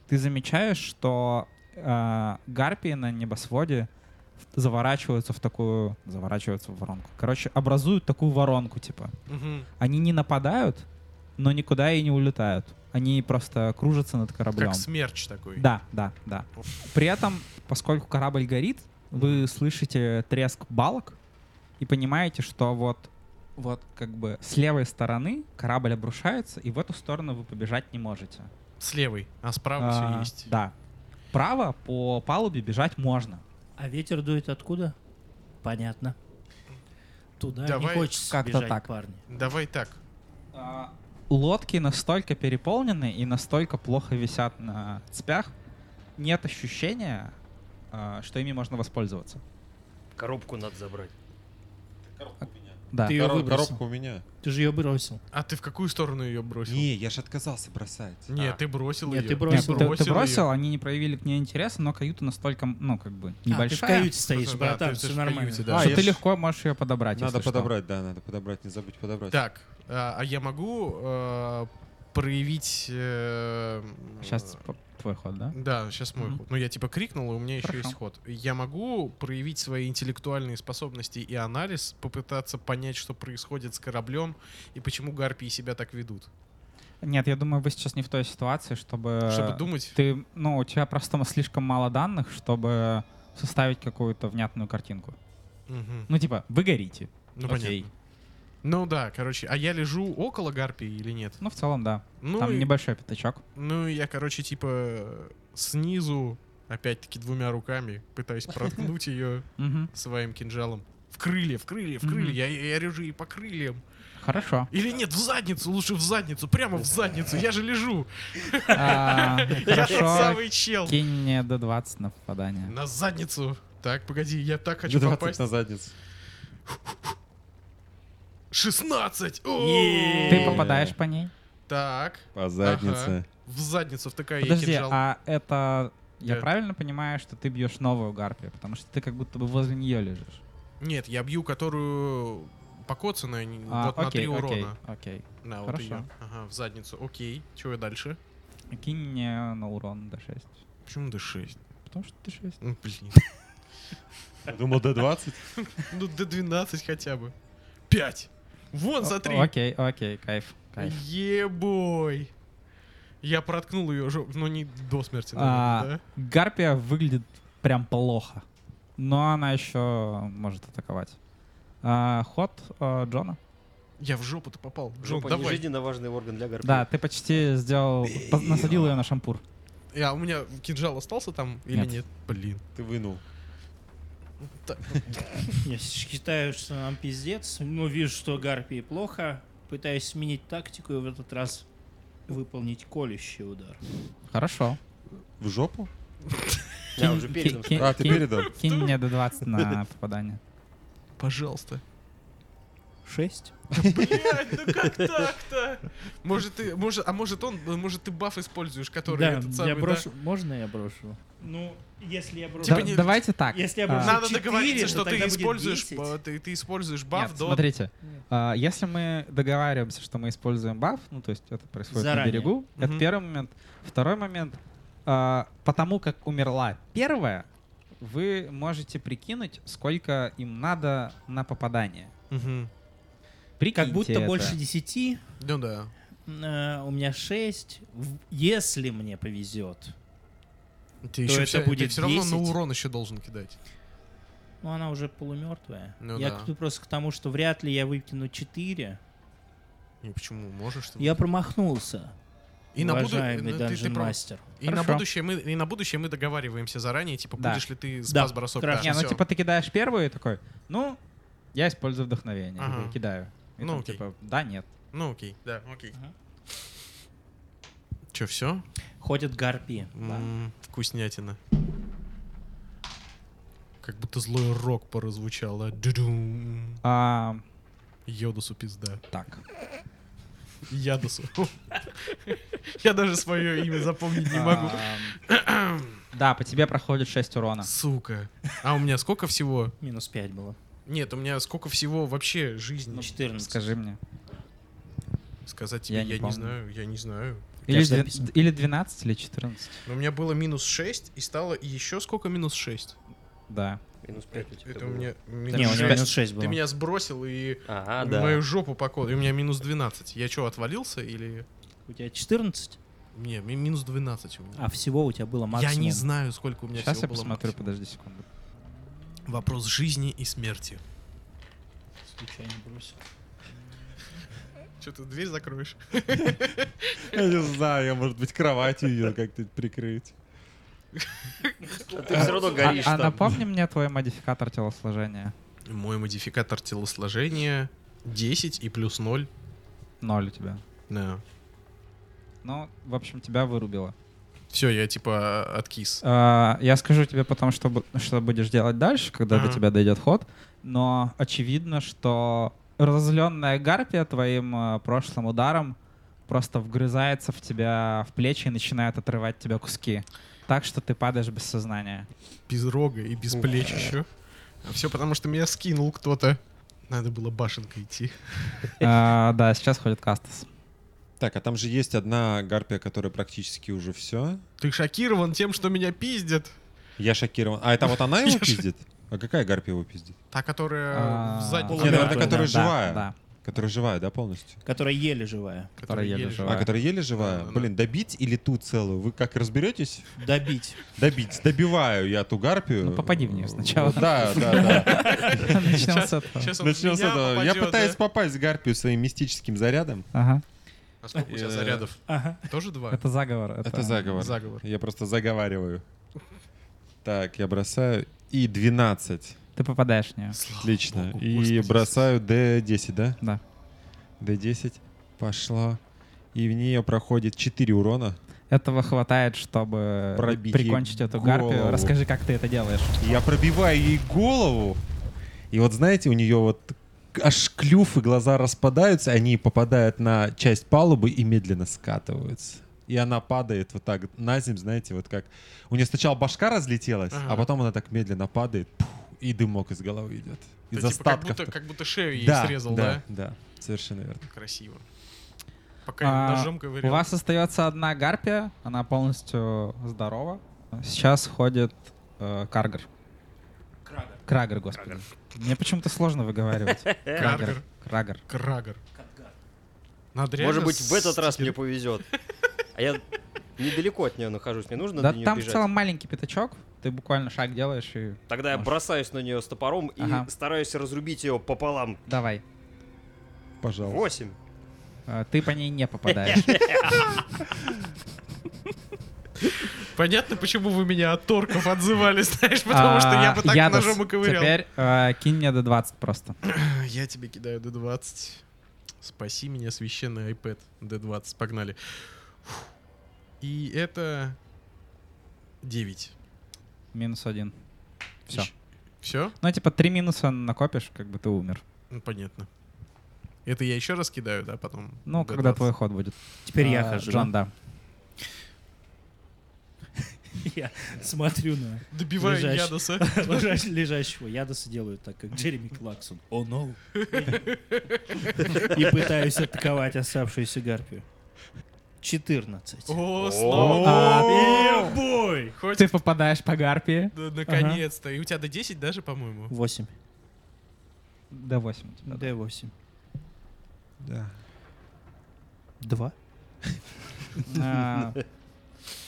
[SPEAKER 2] ты замечаешь, что э, гарпии на небосводе в- заворачиваются в такую... Заворачиваются в воронку. Короче, образуют такую воронку, типа.
[SPEAKER 3] Мгм.
[SPEAKER 2] Они не нападают, но никуда и не улетают. Они просто кружатся над кораблем.
[SPEAKER 3] Как смерч такой.
[SPEAKER 2] Да, да, да. При этом, поскольку корабль горит, вы слышите треск балок и понимаете, что вот вот как бы с левой стороны корабль обрушается, и в эту сторону вы побежать не можете.
[SPEAKER 3] С левой, а справа
[SPEAKER 2] А,
[SPEAKER 3] все есть.
[SPEAKER 2] Да. Право по палубе бежать можно.
[SPEAKER 6] А ветер дует откуда? Понятно. Туда
[SPEAKER 3] Давай
[SPEAKER 6] не хочется
[SPEAKER 2] как-то
[SPEAKER 6] бежать,
[SPEAKER 2] так.
[SPEAKER 6] парни.
[SPEAKER 3] Давай так.
[SPEAKER 2] А, Лодки настолько переполнены и настолько плохо висят на цепях, нет ощущения, а, что ими можно воспользоваться.
[SPEAKER 5] Коробку надо забрать.
[SPEAKER 2] Да.
[SPEAKER 6] Ты ее
[SPEAKER 4] Коро-
[SPEAKER 6] выбросил.
[SPEAKER 4] коробка у меня.
[SPEAKER 6] Ты же ее бросил.
[SPEAKER 3] А ты в какую сторону ее бросил?
[SPEAKER 4] Не, я же отказался бросать.
[SPEAKER 3] Не,
[SPEAKER 5] А.
[SPEAKER 3] ты бросил
[SPEAKER 6] Нет,
[SPEAKER 3] ее.
[SPEAKER 6] ты
[SPEAKER 2] Нет,
[SPEAKER 6] бросил.
[SPEAKER 2] ты- ты,
[SPEAKER 3] её.
[SPEAKER 2] бросил, они не проявили к ней интереса, но каюта настолько, ну, как бы,
[SPEAKER 6] А, ты в
[SPEAKER 2] небольшая,
[SPEAKER 6] каюте стоишь,
[SPEAKER 3] Да,
[SPEAKER 6] братан,
[SPEAKER 3] ты- ты
[SPEAKER 6] все
[SPEAKER 3] ж в
[SPEAKER 6] нормально.
[SPEAKER 3] каюте, да.
[SPEAKER 4] А,
[SPEAKER 2] что
[SPEAKER 4] я
[SPEAKER 2] ты
[SPEAKER 4] ж-
[SPEAKER 2] легко можешь ее подобрать.
[SPEAKER 4] Надо
[SPEAKER 2] если что.
[SPEAKER 4] подобрать, да, надо подобрать, не забудь подобрать.
[SPEAKER 3] Так, а, а я могу э, проявить... э,
[SPEAKER 2] Сейчас п- твой ход, да?
[SPEAKER 3] Да, сейчас мой
[SPEAKER 2] Мгм.
[SPEAKER 3] ход. Ну, я типа крикнул, и у меня еще
[SPEAKER 2] Хорошо.
[SPEAKER 3] есть ход. Я могу проявить свои интеллектуальные способности и анализ, попытаться понять, что происходит с кораблем и почему гарпии себя так ведут.
[SPEAKER 2] Нет, я думаю, вы сейчас не в той ситуации, чтобы...
[SPEAKER 3] Чтобы думать...
[SPEAKER 2] А, Ты, ну, у тебя просто слишком мало данных, чтобы составить какую-то внятную картинку.
[SPEAKER 3] Мгм.
[SPEAKER 2] Ну, типа, вы горите.
[SPEAKER 3] Ну,
[SPEAKER 2] Окей.
[SPEAKER 3] понятно. Ну да, короче, а я лежу около гарпии или нет?
[SPEAKER 2] Ну, в целом, да.
[SPEAKER 3] Ну,
[SPEAKER 2] Там
[SPEAKER 3] и-
[SPEAKER 2] небольшой пятачок.
[SPEAKER 3] ну и я, короче, типа снизу, опять-таки двумя руками, пытаюсь проткнуть ее
[SPEAKER 2] Мгм.
[SPEAKER 3] своим кинжалом. В крылья, в крылья, в крылья.
[SPEAKER 2] Мгм.
[SPEAKER 3] Я, я режу и по крыльям.
[SPEAKER 2] Хорошо.
[SPEAKER 3] Или нет, в задницу, лучше в задницу, прямо в задницу. Я же лежу.
[SPEAKER 2] А,
[SPEAKER 3] Я тот
[SPEAKER 2] Хорошо.
[SPEAKER 3] самый чел.
[SPEAKER 2] Кинь мне до 20 на попадание.
[SPEAKER 3] На задницу. Так, погоди, я так хочу
[SPEAKER 4] 20
[SPEAKER 3] попасть.
[SPEAKER 4] на задницу.
[SPEAKER 3] 16! О!
[SPEAKER 6] Е-е-е.
[SPEAKER 2] Ты попадаешь по ней?
[SPEAKER 3] Так,
[SPEAKER 4] По
[SPEAKER 3] заднице. в задницу втыкаю я
[SPEAKER 2] Подожди,
[SPEAKER 3] кинжал.
[SPEAKER 2] а это... Я
[SPEAKER 3] Да.
[SPEAKER 2] правильно понимаю, что ты бьешь новую гарпию, потому что ты как будто бы возле нее лежишь.
[SPEAKER 3] Нет, я бью, которую покоцанная, не-
[SPEAKER 2] А,
[SPEAKER 3] вот на
[SPEAKER 2] окей,
[SPEAKER 3] 3
[SPEAKER 2] окей,
[SPEAKER 3] урона.
[SPEAKER 2] окей.
[SPEAKER 3] На, вот
[SPEAKER 2] Хорошо.
[SPEAKER 3] ее. Ага, в задницу. Окей, чего дальше?
[SPEAKER 2] Кинь мне на урон D6.
[SPEAKER 3] Почему D6?
[SPEAKER 2] Потому что ты 6.
[SPEAKER 3] Ну, блин.
[SPEAKER 4] Думал, до 20.
[SPEAKER 3] Ну, D12 хотя бы. 5! Вон за 3!
[SPEAKER 2] Окей, окей, кайф. кайф.
[SPEAKER 3] Ебой! Я проткнул ее жопу, но не до смерти,
[SPEAKER 2] А,
[SPEAKER 3] наверное,
[SPEAKER 2] Гарпия выглядит прям плохо. Но она еще может атаковать. А, ход а, Джона.
[SPEAKER 3] да? Я в жопу-то попал. Джон,
[SPEAKER 5] Жопа не
[SPEAKER 3] давай.
[SPEAKER 5] жизненно важный орган для гарпии.
[SPEAKER 2] Ну, Да, ты почти сделал, пос- насадил ее на шампур.
[SPEAKER 3] Э, А у меня кинжал остался там или
[SPEAKER 2] Нет.
[SPEAKER 3] нет? Блин.
[SPEAKER 4] Ты вынул.
[SPEAKER 6] Я считаю, что нам пиздец, но вижу, что гарпии плохо. Пытаюсь сменить тактику и в этот раз выполнить колющий удар.
[SPEAKER 2] Хорошо.
[SPEAKER 4] В жопу?
[SPEAKER 5] Я
[SPEAKER 2] Кинь-
[SPEAKER 5] уже передом.
[SPEAKER 2] ки- ки-
[SPEAKER 4] А, ты
[SPEAKER 2] кинь-
[SPEAKER 4] передал?
[SPEAKER 2] Кинь мне до 20 на попадание.
[SPEAKER 3] Пожалуйста.
[SPEAKER 6] Шесть?
[SPEAKER 3] Блядь, ну как так-то? Может, ты, может, а может он, может, ты баф используешь, который
[SPEAKER 6] Да,
[SPEAKER 3] этот самый,
[SPEAKER 6] я
[SPEAKER 3] да?
[SPEAKER 6] брошу. Можно я брошу? Ну, если я брошу...
[SPEAKER 3] Типа
[SPEAKER 2] Да-
[SPEAKER 3] не-
[SPEAKER 2] Давайте так.
[SPEAKER 6] Если я
[SPEAKER 2] а,
[SPEAKER 6] брошу
[SPEAKER 3] Надо
[SPEAKER 6] Четыре,
[SPEAKER 3] договориться,
[SPEAKER 6] то
[SPEAKER 3] что ты
[SPEAKER 6] тогда будет
[SPEAKER 3] используешь,
[SPEAKER 6] 10.
[SPEAKER 3] э, ты, ты используешь баф
[SPEAKER 2] Нет,
[SPEAKER 3] до...
[SPEAKER 2] смотрите,
[SPEAKER 6] Нет.
[SPEAKER 2] а, если мы договариваемся, что мы используем баф, ну то есть это происходит на
[SPEAKER 6] Заранее.
[SPEAKER 2] берегу, это
[SPEAKER 3] Мгм.
[SPEAKER 2] первый момент. Второй момент, а, потому как умерла первая, вы можете прикинуть, сколько им надо на попадание.
[SPEAKER 3] Мгм.
[SPEAKER 2] Прикиньте
[SPEAKER 6] Как будто
[SPEAKER 2] это.
[SPEAKER 6] больше десяти,
[SPEAKER 3] Ну да.
[SPEAKER 6] э, у меня шесть. В- Если мне повезет.
[SPEAKER 3] Ты
[SPEAKER 6] То
[SPEAKER 3] еще
[SPEAKER 6] это будет
[SPEAKER 3] все равно на
[SPEAKER 6] 10?
[SPEAKER 3] урон еще должен кидать.
[SPEAKER 6] Ну, она уже полумертвая.
[SPEAKER 3] Ну
[SPEAKER 6] я
[SPEAKER 3] да.
[SPEAKER 6] тут просто к тому, что вряд ли я выкину 4.
[SPEAKER 3] Не, Ну, почему? Можешь? ты-
[SPEAKER 6] Я промахнулся.
[SPEAKER 3] И на буду-
[SPEAKER 6] уважаемый
[SPEAKER 3] ну, ты- ты
[SPEAKER 6] Dungeon
[SPEAKER 3] прав.
[SPEAKER 6] Master.
[SPEAKER 3] И на
[SPEAKER 2] Хорошо.
[SPEAKER 3] будущее мы и на будущее мы договариваемся заранее, типа
[SPEAKER 2] Да.
[SPEAKER 3] будешь ли ты
[SPEAKER 6] Да,
[SPEAKER 3] спас бросок.
[SPEAKER 6] хорошо.
[SPEAKER 2] Не, ну
[SPEAKER 3] всё.
[SPEAKER 2] типа ты кидаешь первую и такой, ну, я использую вдохновение,
[SPEAKER 3] Ага.
[SPEAKER 2] кидаю. И
[SPEAKER 3] Ну,
[SPEAKER 2] там,
[SPEAKER 3] окей.
[SPEAKER 2] типа, да, нет.
[SPEAKER 3] Ну окей, да, окей.
[SPEAKER 6] Ага.
[SPEAKER 3] Че, все?
[SPEAKER 6] Ходят гарпии.
[SPEAKER 3] Вкуснятина. Как будто злой рок прозвучал, да? Дудум.
[SPEAKER 2] А,
[SPEAKER 3] Йодусу пизда.
[SPEAKER 2] так.
[SPEAKER 3] Ядусу. Я даже свое имя запомнить не могу.
[SPEAKER 2] А, Ам, Да, по тебе проходит 6 урона.
[SPEAKER 3] Сука. А у меня сколько всего?
[SPEAKER 6] Минус 5 было.
[SPEAKER 3] Нет, у меня сколько всего вообще жизни?
[SPEAKER 6] 14.
[SPEAKER 2] Ну, Скажи мне.
[SPEAKER 3] Сказать
[SPEAKER 2] я
[SPEAKER 3] тебе,
[SPEAKER 2] не
[SPEAKER 3] я не
[SPEAKER 2] помню.
[SPEAKER 3] знаю, я не знаю.
[SPEAKER 2] Или,
[SPEAKER 1] что
[SPEAKER 2] две-
[SPEAKER 1] написано?
[SPEAKER 2] или 12, или 14.
[SPEAKER 3] Но у меня было минус 6, и стало еще сколько минус 6?
[SPEAKER 2] Да.
[SPEAKER 5] Минус 5 у тебя
[SPEAKER 3] Это у
[SPEAKER 5] было.
[SPEAKER 3] меня минус
[SPEAKER 6] Типа Не, у него
[SPEAKER 3] шесть.
[SPEAKER 6] минус 6
[SPEAKER 3] Ты
[SPEAKER 6] было.
[SPEAKER 3] меня сбросил и
[SPEAKER 5] Ага,
[SPEAKER 3] в
[SPEAKER 5] А, да.
[SPEAKER 3] мою жопу покол. И у меня минус 12. Я что, отвалился или...
[SPEAKER 6] У тебя 14,
[SPEAKER 3] Не, ми- минус 12 у меня.
[SPEAKER 6] а всего у тебя было максимум.
[SPEAKER 3] Я не знаю, сколько у меня
[SPEAKER 2] Сейчас
[SPEAKER 3] всего
[SPEAKER 2] я
[SPEAKER 3] было
[SPEAKER 2] посмотрю,
[SPEAKER 3] максимум.
[SPEAKER 2] подожди секунду.
[SPEAKER 3] Вопрос жизни и смерти.
[SPEAKER 6] Случайно бросил.
[SPEAKER 3] Что ты дверь закроешь?
[SPEAKER 4] Я не знаю, я, может быть, кроватью ее как-то прикрыть.
[SPEAKER 5] А ты все равно
[SPEAKER 2] А,
[SPEAKER 5] горишь
[SPEAKER 2] а
[SPEAKER 5] там.
[SPEAKER 2] напомни мне твой модификатор телосложения.
[SPEAKER 3] Мой модификатор телосложения 10 и плюс 0.
[SPEAKER 2] Ноль у тебя.
[SPEAKER 3] Да.
[SPEAKER 2] Ну, в общем, тебя вырубило.
[SPEAKER 3] Все, я типа откис.
[SPEAKER 2] А, я скажу тебе потом, что, бу- что будешь делать дальше, когда
[SPEAKER 3] Ага.
[SPEAKER 2] до тебя дойдет ход. Но очевидно, что разленная гарпия твоим э, прошлым ударом просто вгрызается в тебя в плечи и начинает отрывать тебя куски. Так что ты падаешь без сознания.
[SPEAKER 3] Без рога и без плеч еще. Все потому, что меня скинул кто-то. Надо было башенкой идти.
[SPEAKER 2] А, да, сейчас ходит Кастас.
[SPEAKER 4] Так, а там же есть одна гарпия, которая практически уже все.
[SPEAKER 3] Ты шокирован тем, что меня пиздят.
[SPEAKER 4] Я шокирован. А это вот она
[SPEAKER 3] Я
[SPEAKER 4] его
[SPEAKER 3] шо-
[SPEAKER 4] пиздит? А какая гарпия его пиздит?
[SPEAKER 3] Та, которая
[SPEAKER 2] А,
[SPEAKER 3] э, в заднице.
[SPEAKER 4] Не, наверное,
[SPEAKER 6] Да,
[SPEAKER 2] да,
[SPEAKER 4] которая живая.
[SPEAKER 2] да.
[SPEAKER 4] Которая живая, да, полностью?
[SPEAKER 6] Которая еле живая.
[SPEAKER 2] которая еле
[SPEAKER 4] А,
[SPEAKER 2] Живая.
[SPEAKER 4] которая еле живая?
[SPEAKER 3] Да-да-да.
[SPEAKER 4] Блин, добить или ту целую? Вы как разберетесь?
[SPEAKER 6] Добить.
[SPEAKER 4] Добить. Добиваю я ту гарпию.
[SPEAKER 2] Ну, попади в неё сначала.
[SPEAKER 4] Да, да, да.
[SPEAKER 2] Начнем с этого.
[SPEAKER 3] Сейчас он в
[SPEAKER 4] Начнем с
[SPEAKER 3] меня
[SPEAKER 4] этого. Я
[SPEAKER 3] попадёт,
[SPEAKER 4] пытаюсь
[SPEAKER 3] да?
[SPEAKER 4] попасть в гарпию своим мистическим зарядом.
[SPEAKER 2] Ага.
[SPEAKER 3] А сколько у тебя
[SPEAKER 4] Э,
[SPEAKER 3] зарядов?
[SPEAKER 6] Ага.
[SPEAKER 3] Тоже два?
[SPEAKER 2] Это заговор.
[SPEAKER 4] Это заговор.
[SPEAKER 3] Заговор.
[SPEAKER 4] Я просто заговариваю. Так, я бросаю и 12.
[SPEAKER 2] Ты попадаешь в нее.
[SPEAKER 4] Отлично.
[SPEAKER 3] богу,
[SPEAKER 4] и
[SPEAKER 3] господи.
[SPEAKER 4] бросаю D10, да?
[SPEAKER 2] Да.
[SPEAKER 4] D10. Пошло. И в нее проходит 4 урона.
[SPEAKER 2] Этого хватает, чтобы
[SPEAKER 4] Пробить
[SPEAKER 2] прикончить
[SPEAKER 4] ей
[SPEAKER 2] эту
[SPEAKER 4] голову.
[SPEAKER 2] гарпию. Расскажи, как ты это делаешь.
[SPEAKER 4] И Я пробиваю ей голову. И вот знаете, у нее вот аж клюв и глаза распадаются, они попадают на часть палубы и медленно скатываются. И она падает вот так на землю, знаете, вот как... У нее сначала башка разлетелась,
[SPEAKER 3] Ага.
[SPEAKER 4] а потом она так медленно падает, пух, и дымок из головы идет.
[SPEAKER 3] Это
[SPEAKER 4] Из
[SPEAKER 3] типа как
[SPEAKER 4] остатков.
[SPEAKER 3] будто, как будто шею ей
[SPEAKER 4] да,
[SPEAKER 3] срезал,
[SPEAKER 4] да,
[SPEAKER 3] да?
[SPEAKER 4] да? совершенно верно.
[SPEAKER 3] Красиво. Пока
[SPEAKER 2] А,
[SPEAKER 3] ножом
[SPEAKER 2] У
[SPEAKER 3] ковырял.
[SPEAKER 2] вас остается одна гарпия, она полностью здорова. Сейчас ходит э, Каргер.
[SPEAKER 6] Крагер.
[SPEAKER 2] Крагер, господи. Мне почему-то сложно выговаривать.
[SPEAKER 3] Крагер.
[SPEAKER 2] Крагер.
[SPEAKER 3] Крагер. Надо реально
[SPEAKER 5] Может быть, в этот раз
[SPEAKER 3] с-
[SPEAKER 5] мне повезет. А я недалеко от нее нахожусь, мне нужно
[SPEAKER 2] Да
[SPEAKER 5] до нее
[SPEAKER 2] там в
[SPEAKER 5] бежать.
[SPEAKER 2] целом маленький пятачок. Ты буквально шаг делаешь и
[SPEAKER 5] Тогда я
[SPEAKER 2] Может.
[SPEAKER 5] бросаюсь на нее с топором и
[SPEAKER 2] Ага.
[SPEAKER 5] стараюсь разрубить ее пополам.
[SPEAKER 2] давай.
[SPEAKER 4] Пожалуйста.
[SPEAKER 5] Восемь.
[SPEAKER 2] Э, Ты по ней не попадаешь.
[SPEAKER 3] Понятно, почему вы меня от торков отзывали, знаешь, потому что я бы
[SPEAKER 2] А,
[SPEAKER 3] так
[SPEAKER 2] Ядос,
[SPEAKER 3] ножом и ковырял.
[SPEAKER 2] Теперь э, кинь мне до 20 просто.
[SPEAKER 3] А Я тебе кидаю D20. Спаси меня, священный iPad. D20, погнали. Фух. И это 9.
[SPEAKER 2] Минус один. Все.
[SPEAKER 3] Все?
[SPEAKER 2] Ну, типа, три минуса накопишь, как бы ты умер.
[SPEAKER 3] Ну, понятно. Это я еще раз кидаю, да, потом?
[SPEAKER 2] Ну,
[SPEAKER 3] D20.
[SPEAKER 2] когда твой ход будет.
[SPEAKER 6] Теперь я
[SPEAKER 2] А,
[SPEAKER 6] хожу.
[SPEAKER 2] Джон, да.
[SPEAKER 6] Я смотрю на
[SPEAKER 3] Добиваю
[SPEAKER 6] Лежащий.
[SPEAKER 3] Ядоса.
[SPEAKER 6] лежа- лежащего Ядоса делаю так, как Джереми Клаксон. О, no. И пытаюсь атаковать оставшуюся гарпию. 14.
[SPEAKER 3] О,
[SPEAKER 2] А,
[SPEAKER 3] снова.
[SPEAKER 6] Э, бой!
[SPEAKER 3] Хоть
[SPEAKER 2] Ты попадаешь по гарпии.
[SPEAKER 3] да, наконец-то. И у тебя до 10 даже, по-моему.
[SPEAKER 6] 8.
[SPEAKER 2] До 8 у тебя. да.
[SPEAKER 6] Д8.
[SPEAKER 4] Да.
[SPEAKER 6] 2.
[SPEAKER 2] А,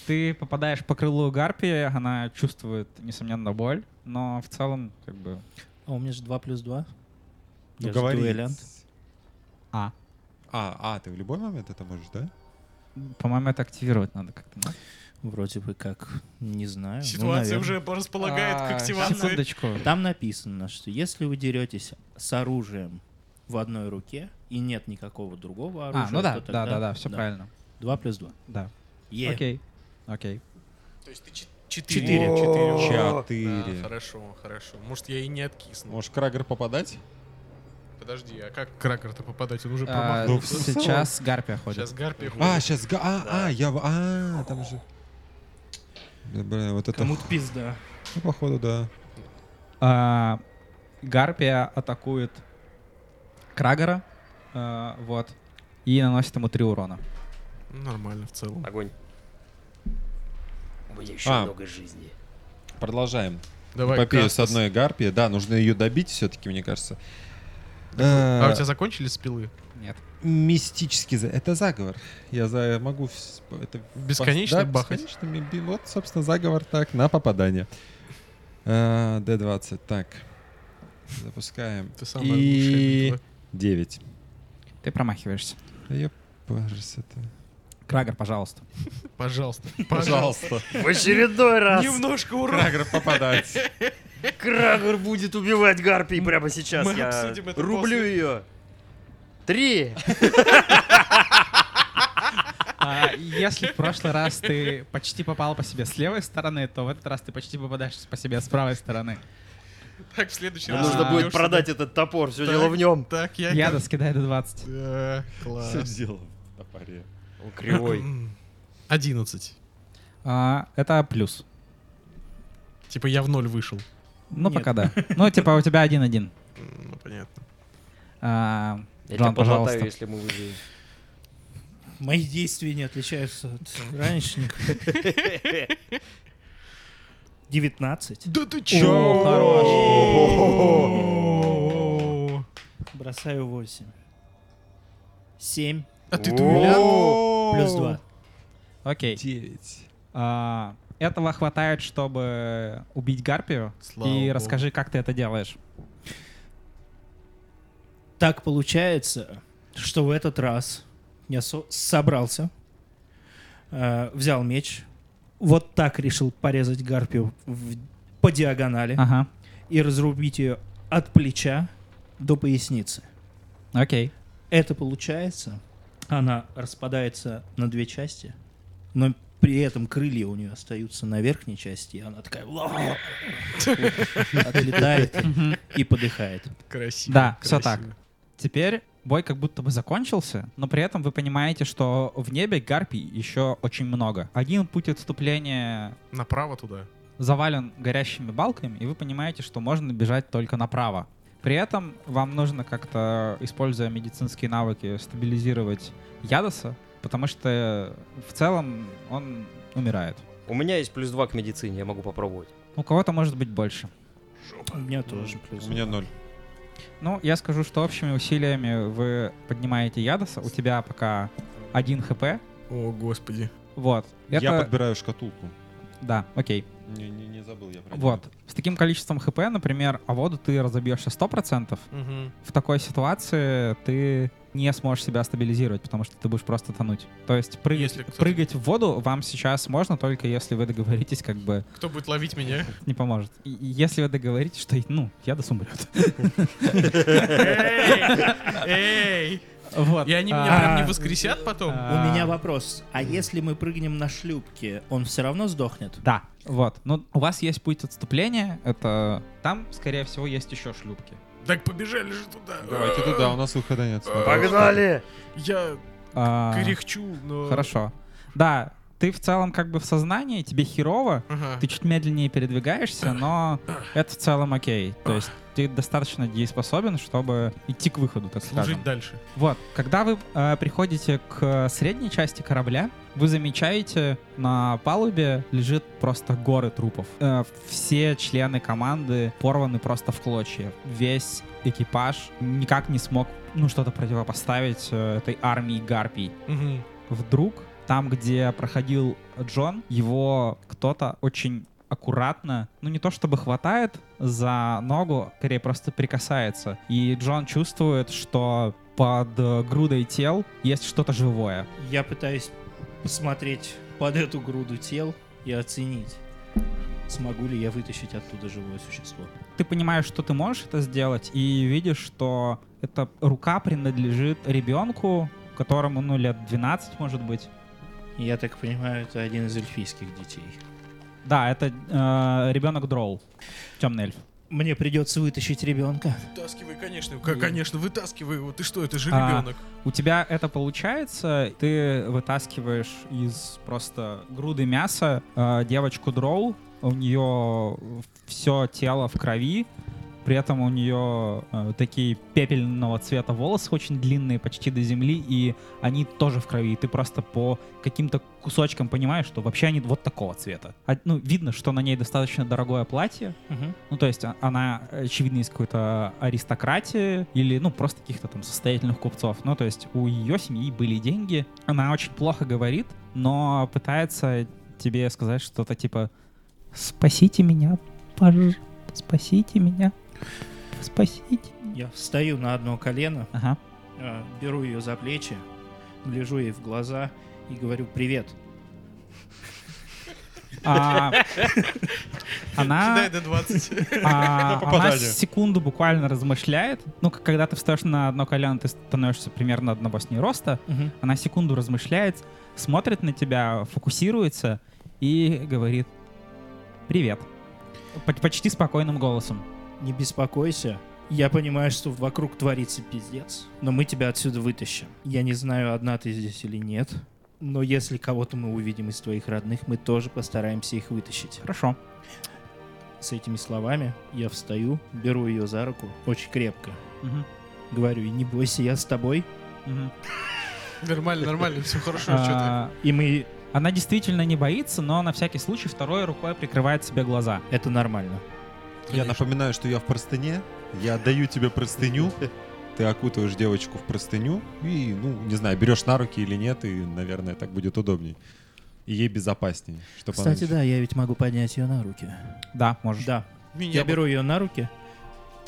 [SPEAKER 2] Ты попадаешь по крылу гарпии, она чувствует, несомненно, боль, но в целом, как бы...
[SPEAKER 6] А у меня же 2 плюс 2.
[SPEAKER 4] Ну,
[SPEAKER 6] Я же
[SPEAKER 4] говори.
[SPEAKER 6] дуэлянт.
[SPEAKER 2] А,
[SPEAKER 4] А, а, ты в любой момент это можешь, да?
[SPEAKER 2] по-моему, это активировать надо как-то. да?
[SPEAKER 6] Вроде бы как, не знаю. ну,
[SPEAKER 3] Ситуация уже
[SPEAKER 6] наверное.
[SPEAKER 3] располагает
[SPEAKER 2] А,
[SPEAKER 3] к активации.
[SPEAKER 2] Секундочку.
[SPEAKER 6] Там написано, что если вы деретесь с оружием в одной руке и нет никакого другого оружия,
[SPEAKER 2] А, ну да,
[SPEAKER 6] то
[SPEAKER 2] да,
[SPEAKER 6] тогда-
[SPEAKER 2] да, да, все правильно.
[SPEAKER 6] 2 плюс 2.
[SPEAKER 2] Да.
[SPEAKER 6] Е.
[SPEAKER 2] Окей. Окей.
[SPEAKER 3] То есть ты
[SPEAKER 6] Четыре.
[SPEAKER 3] 4. 4.
[SPEAKER 4] Четыре.
[SPEAKER 3] Хорошо, хорошо. Может, я и не откисну.
[SPEAKER 4] Можешь Крагер попадать?
[SPEAKER 3] Подожди, а как Кракер-то попадать? Он
[SPEAKER 2] А,
[SPEAKER 3] уже
[SPEAKER 4] Ну,
[SPEAKER 3] промахнулся.
[SPEAKER 4] всё.
[SPEAKER 2] Сейчас гарпия ходит.
[SPEAKER 3] Сейчас Гарпия
[SPEAKER 4] А,
[SPEAKER 3] ходит.
[SPEAKER 4] сейчас... га- А, а, я... в- А, там же... Да, Блин, вот это...
[SPEAKER 6] Кому-то пизда.
[SPEAKER 4] Ну, Походу, да.
[SPEAKER 2] А, Гарпия атакует Крагера, а, вот, и наносит ему три урона.
[SPEAKER 3] Ну, Нормально в целом.
[SPEAKER 5] Огонь.
[SPEAKER 1] У меня еще
[SPEAKER 4] А.
[SPEAKER 1] много жизни.
[SPEAKER 4] Продолжаем.
[SPEAKER 3] Давай.
[SPEAKER 4] Эпопею с
[SPEAKER 3] Кастас.
[SPEAKER 4] одной гарпией. Да, нужно ее добить все-таки, мне кажется.
[SPEAKER 3] А
[SPEAKER 4] Э,
[SPEAKER 3] у тебя закончились спилы?
[SPEAKER 2] Нет.
[SPEAKER 4] Мистический за... Это заговор. Я за... могу... вс- Это...
[SPEAKER 3] Бесконечно
[SPEAKER 4] Да,
[SPEAKER 3] бахать.
[SPEAKER 4] бесконечно ми- би- Вот, собственно, заговор так, на попадание. Э, D20, так. Запускаем.
[SPEAKER 3] Ты самая лучшая
[SPEAKER 4] И...
[SPEAKER 3] битва.
[SPEAKER 4] 9.
[SPEAKER 2] Ты промахиваешься. Крагер, пожалуйста.
[SPEAKER 3] Пожалуйста.
[SPEAKER 4] Пожалуйста.
[SPEAKER 1] В очередной раз
[SPEAKER 3] Немножко ура.
[SPEAKER 4] Крагер попадать.
[SPEAKER 1] Крагер будет убивать Гарпий прямо сейчас.
[SPEAKER 3] Мы
[SPEAKER 1] Я
[SPEAKER 3] обсудим это
[SPEAKER 1] рублю
[SPEAKER 3] после.
[SPEAKER 1] ее. Три.
[SPEAKER 2] А, если в прошлый раз ты почти попал по себе с левой стороны, то в этот раз ты почти попадаешь по себе с правой стороны.
[SPEAKER 3] Так, в следующий
[SPEAKER 1] Нам
[SPEAKER 3] раз.
[SPEAKER 1] нужно будет
[SPEAKER 3] вернёшься.
[SPEAKER 1] продать этот топор. Все
[SPEAKER 3] А, Так.
[SPEAKER 1] дело в нем.
[SPEAKER 3] Так, я...
[SPEAKER 2] Я доскидаю до 20.
[SPEAKER 3] Да,
[SPEAKER 4] Все
[SPEAKER 3] класс.
[SPEAKER 4] дело в топоре.
[SPEAKER 1] Он кривой.
[SPEAKER 3] Одиннадцать.
[SPEAKER 2] А, это плюс.
[SPEAKER 3] Типа я в ноль вышел.
[SPEAKER 2] Ну,
[SPEAKER 6] Нет.
[SPEAKER 2] пока да. Ну, типа у тебя один-один.
[SPEAKER 3] М, Ну, понятно.
[SPEAKER 2] А,
[SPEAKER 1] Я тебя
[SPEAKER 2] Джон,
[SPEAKER 1] подлатаю,
[SPEAKER 2] пожалуйста.
[SPEAKER 1] если мы выживем.
[SPEAKER 6] Мои действия не отличаются от ранешних. 19.
[SPEAKER 3] Да ты
[SPEAKER 2] О,
[SPEAKER 3] чё?
[SPEAKER 6] Бросаю 8. 7.
[SPEAKER 3] А ты
[SPEAKER 1] О.
[SPEAKER 3] дуэлянт?
[SPEAKER 6] Плюс 2.
[SPEAKER 2] Окей.
[SPEAKER 4] 9.
[SPEAKER 2] А, этого хватает, чтобы убить Гарпию.
[SPEAKER 3] Слава
[SPEAKER 2] и
[SPEAKER 3] богу.
[SPEAKER 2] расскажи, как ты это делаешь.
[SPEAKER 6] Так получается, что в этот раз я со- собрался, э, взял меч, вот так решил порезать гарпию в- по диагонали
[SPEAKER 2] Ага.
[SPEAKER 6] и разрубить ее от плеча до поясницы.
[SPEAKER 2] Окей.
[SPEAKER 6] Это получается, она распадается на две части, но при этом крылья у нее остаются на верхней части, и она такая «Ла-ла-ла», отлетает и подыхает.
[SPEAKER 3] Красиво.
[SPEAKER 2] Да, всё
[SPEAKER 3] красиво.
[SPEAKER 2] Теперь бой как будто бы закончился, но при этом вы понимаете, что в небе гарпий еще очень много. Один путь отступления
[SPEAKER 3] Направо туда.
[SPEAKER 2] завален горящими балками, и вы понимаете, что можно бежать только направо. При этом вам нужно как-то, используя медицинские навыки, стабилизировать Ядоса, потому что в целом он умирает.
[SPEAKER 5] У меня есть плюс два к медицине, я могу попробовать.
[SPEAKER 2] У кого-то может быть больше.
[SPEAKER 6] У меня тоже плюс.
[SPEAKER 4] У меня 0.
[SPEAKER 2] Ну, я скажу, что общими усилиями вы поднимаете Ядоса. У тебя пока 1 хп.
[SPEAKER 3] О, господи.
[SPEAKER 2] Вот. Это...
[SPEAKER 4] Я подбираю шкатулку.
[SPEAKER 2] Да, окей.
[SPEAKER 4] Не, не, не забыл я про
[SPEAKER 2] Вот. С таким количеством хп, например, а воду ты разобьешься 100%, в такой ситуации ты не сможешь себя стабилизировать, потому что ты будешь просто тонуть. То есть прыгать,
[SPEAKER 3] Если кто-то-
[SPEAKER 2] прыгать в воду вам сейчас можно, только если вы договоритесь, как бы
[SPEAKER 3] Кто будет ловить меня?
[SPEAKER 2] это не поможет. И- и если вы договоритесь, что, ну, Ядос умрет.
[SPEAKER 3] Эй!
[SPEAKER 2] Вот.
[SPEAKER 3] И они меня
[SPEAKER 2] А,
[SPEAKER 3] прям не воскресят потом?
[SPEAKER 2] а,
[SPEAKER 6] У меня вопрос. А если мы прыгнем на шлюпке, он все равно сдохнет?
[SPEAKER 2] Да, вот. Ну, у вас есть путь отступления, это... Там, скорее всего, есть еще шлюпки.
[SPEAKER 3] Так побежали же туда.
[SPEAKER 4] Давайте туда, у нас выхода нет.
[SPEAKER 1] Погнали!
[SPEAKER 3] Я
[SPEAKER 2] А,
[SPEAKER 3] кряхчу, но...
[SPEAKER 2] Хорошо. Да, ты в целом как бы в сознании, тебе херово,
[SPEAKER 3] Ага.
[SPEAKER 2] Ты чуть медленнее передвигаешься, но это в целом окей. То есть ты достаточно дееспособен, чтобы идти к выходу, так скажем.
[SPEAKER 3] Служить дальше.
[SPEAKER 2] Вот, когда вы э, приходите к средней части корабля, вы замечаете, на палубе лежит просто горы трупов. Э, все члены команды порваны просто в клочья. Весь экипаж никак не смог, ну, что-то противопоставить э, этой армии гарпий
[SPEAKER 3] Мгм.
[SPEAKER 2] вдруг там, где проходил Джон, его кто-то очень аккуратно, ну не то чтобы хватает за ногу, скорее просто прикасается. И Джон чувствует, что под э, грудой тел есть что-то живое.
[SPEAKER 6] Я пытаюсь посмотреть под эту груду тел и оценить, смогу ли я вытащить оттуда живое существо.
[SPEAKER 2] Ты понимаешь, что ты можешь это сделать, и видишь, что эта рука принадлежит ребенку, которому, ну, лет 12, может быть.
[SPEAKER 6] Я так понимаю, это один из эльфийских детей.
[SPEAKER 2] Да, это э, ребенок Дроу, темный эльф.
[SPEAKER 6] Мне придется вытащить ребенка.
[SPEAKER 3] Вытаскивай, конечно. К- Конечно, вытаскивай его. Ты что, это же
[SPEAKER 2] А.
[SPEAKER 3] ребенок.
[SPEAKER 2] У тебя это получается, ты вытаскиваешь из просто груды мяса э, девочку Дроу, у нее все тело в крови, При этом у нее э, такие пепельного цвета волосы очень длинные, почти до земли, и они тоже в крови. И ты просто по каким-то кусочкам понимаешь, что вообще они вот такого цвета. А, ну, видно, что на ней достаточно дорогое платье.
[SPEAKER 6] Мгм.
[SPEAKER 2] Ну, то есть о- она, очевидно, из какой-то аристократии или, ну, просто каких-то там состоятельных купцов. Ну, то есть у ее семьи были деньги. Она очень плохо говорит, но пытается тебе сказать что-то типа «Спасите меня, пожалуйста, спасите меня, спасите».
[SPEAKER 6] Я встаю на одно колено,
[SPEAKER 2] Ага.
[SPEAKER 6] э, беру ее за плечи, гляжу ей в глаза и говорю «Привет».
[SPEAKER 2] А, Она,
[SPEAKER 3] Кидай до 20.
[SPEAKER 2] а, она
[SPEAKER 4] попадание.
[SPEAKER 2] секунду буквально размышляет. Ну, к- когда ты встаешь на одно колено, ты становишься примерно одного с ней роста. Она секунду размышляет, смотрит на тебя, фокусируется и говорит «Привет». Поч- Почти спокойным голосом.
[SPEAKER 6] Не беспокойся. Я понимаю, что вокруг творится пиздец, но мы тебя отсюда вытащим. Я не знаю, одна ты здесь или нет, но если кого-то мы увидим из твоих родных, мы тоже постараемся их вытащить.
[SPEAKER 2] «Хорошо».
[SPEAKER 6] С этими словами я встаю, беру ее за руку очень крепко.
[SPEAKER 2] Мгм,
[SPEAKER 6] Говорю, «И не бойся, я с тобой.
[SPEAKER 2] мгм».
[SPEAKER 3] Нормально, нормально, все хорошо, что
[SPEAKER 2] А,
[SPEAKER 6] И мы...
[SPEAKER 2] Она действительно не боится, но на всякий случай второй рукой прикрывает себе глаза.
[SPEAKER 6] Это нормально.
[SPEAKER 4] Я напоминаю, что я в простыне. Я отдаю тебе простыню. Ты окутываешь девочку в простыню и, ну, не знаю, берешь на руки или нет, и, наверное, так будет удобней. И ей безопаснее. Чтобы она
[SPEAKER 6] Кстати, да, я ведь могу поднять ее на руки.
[SPEAKER 2] Да, можешь.
[SPEAKER 6] Да,
[SPEAKER 3] ты.
[SPEAKER 6] я беру ее на руки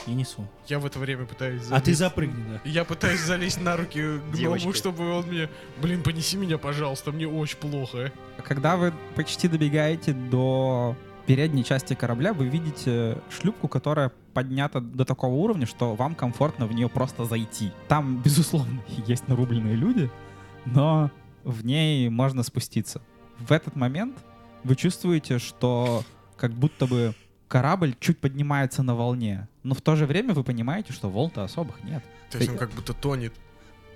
[SPEAKER 6] и несу.
[SPEAKER 3] Я в это время пытаюсь
[SPEAKER 6] А ты
[SPEAKER 3] залезть.
[SPEAKER 6] запрыгни, да.
[SPEAKER 3] Я пытаюсь залезть на руки гному,
[SPEAKER 5] Девочкой.
[SPEAKER 3] чтобы он мне... Блин, понеси меня, пожалуйста, мне очень плохо. а.
[SPEAKER 2] Когда вы почти добегаете до передней части корабля, вы видите шлюпку, которая поднята до такого уровня, что вам комфортно в нее просто зайти. Там, безусловно, есть нарубленные люди, но в ней можно спуститься. В этот момент вы чувствуете, что как будто бы корабль чуть поднимается на волне, но в то же время вы понимаете, что волн-то особых нет.
[SPEAKER 3] То есть он как будто тонет.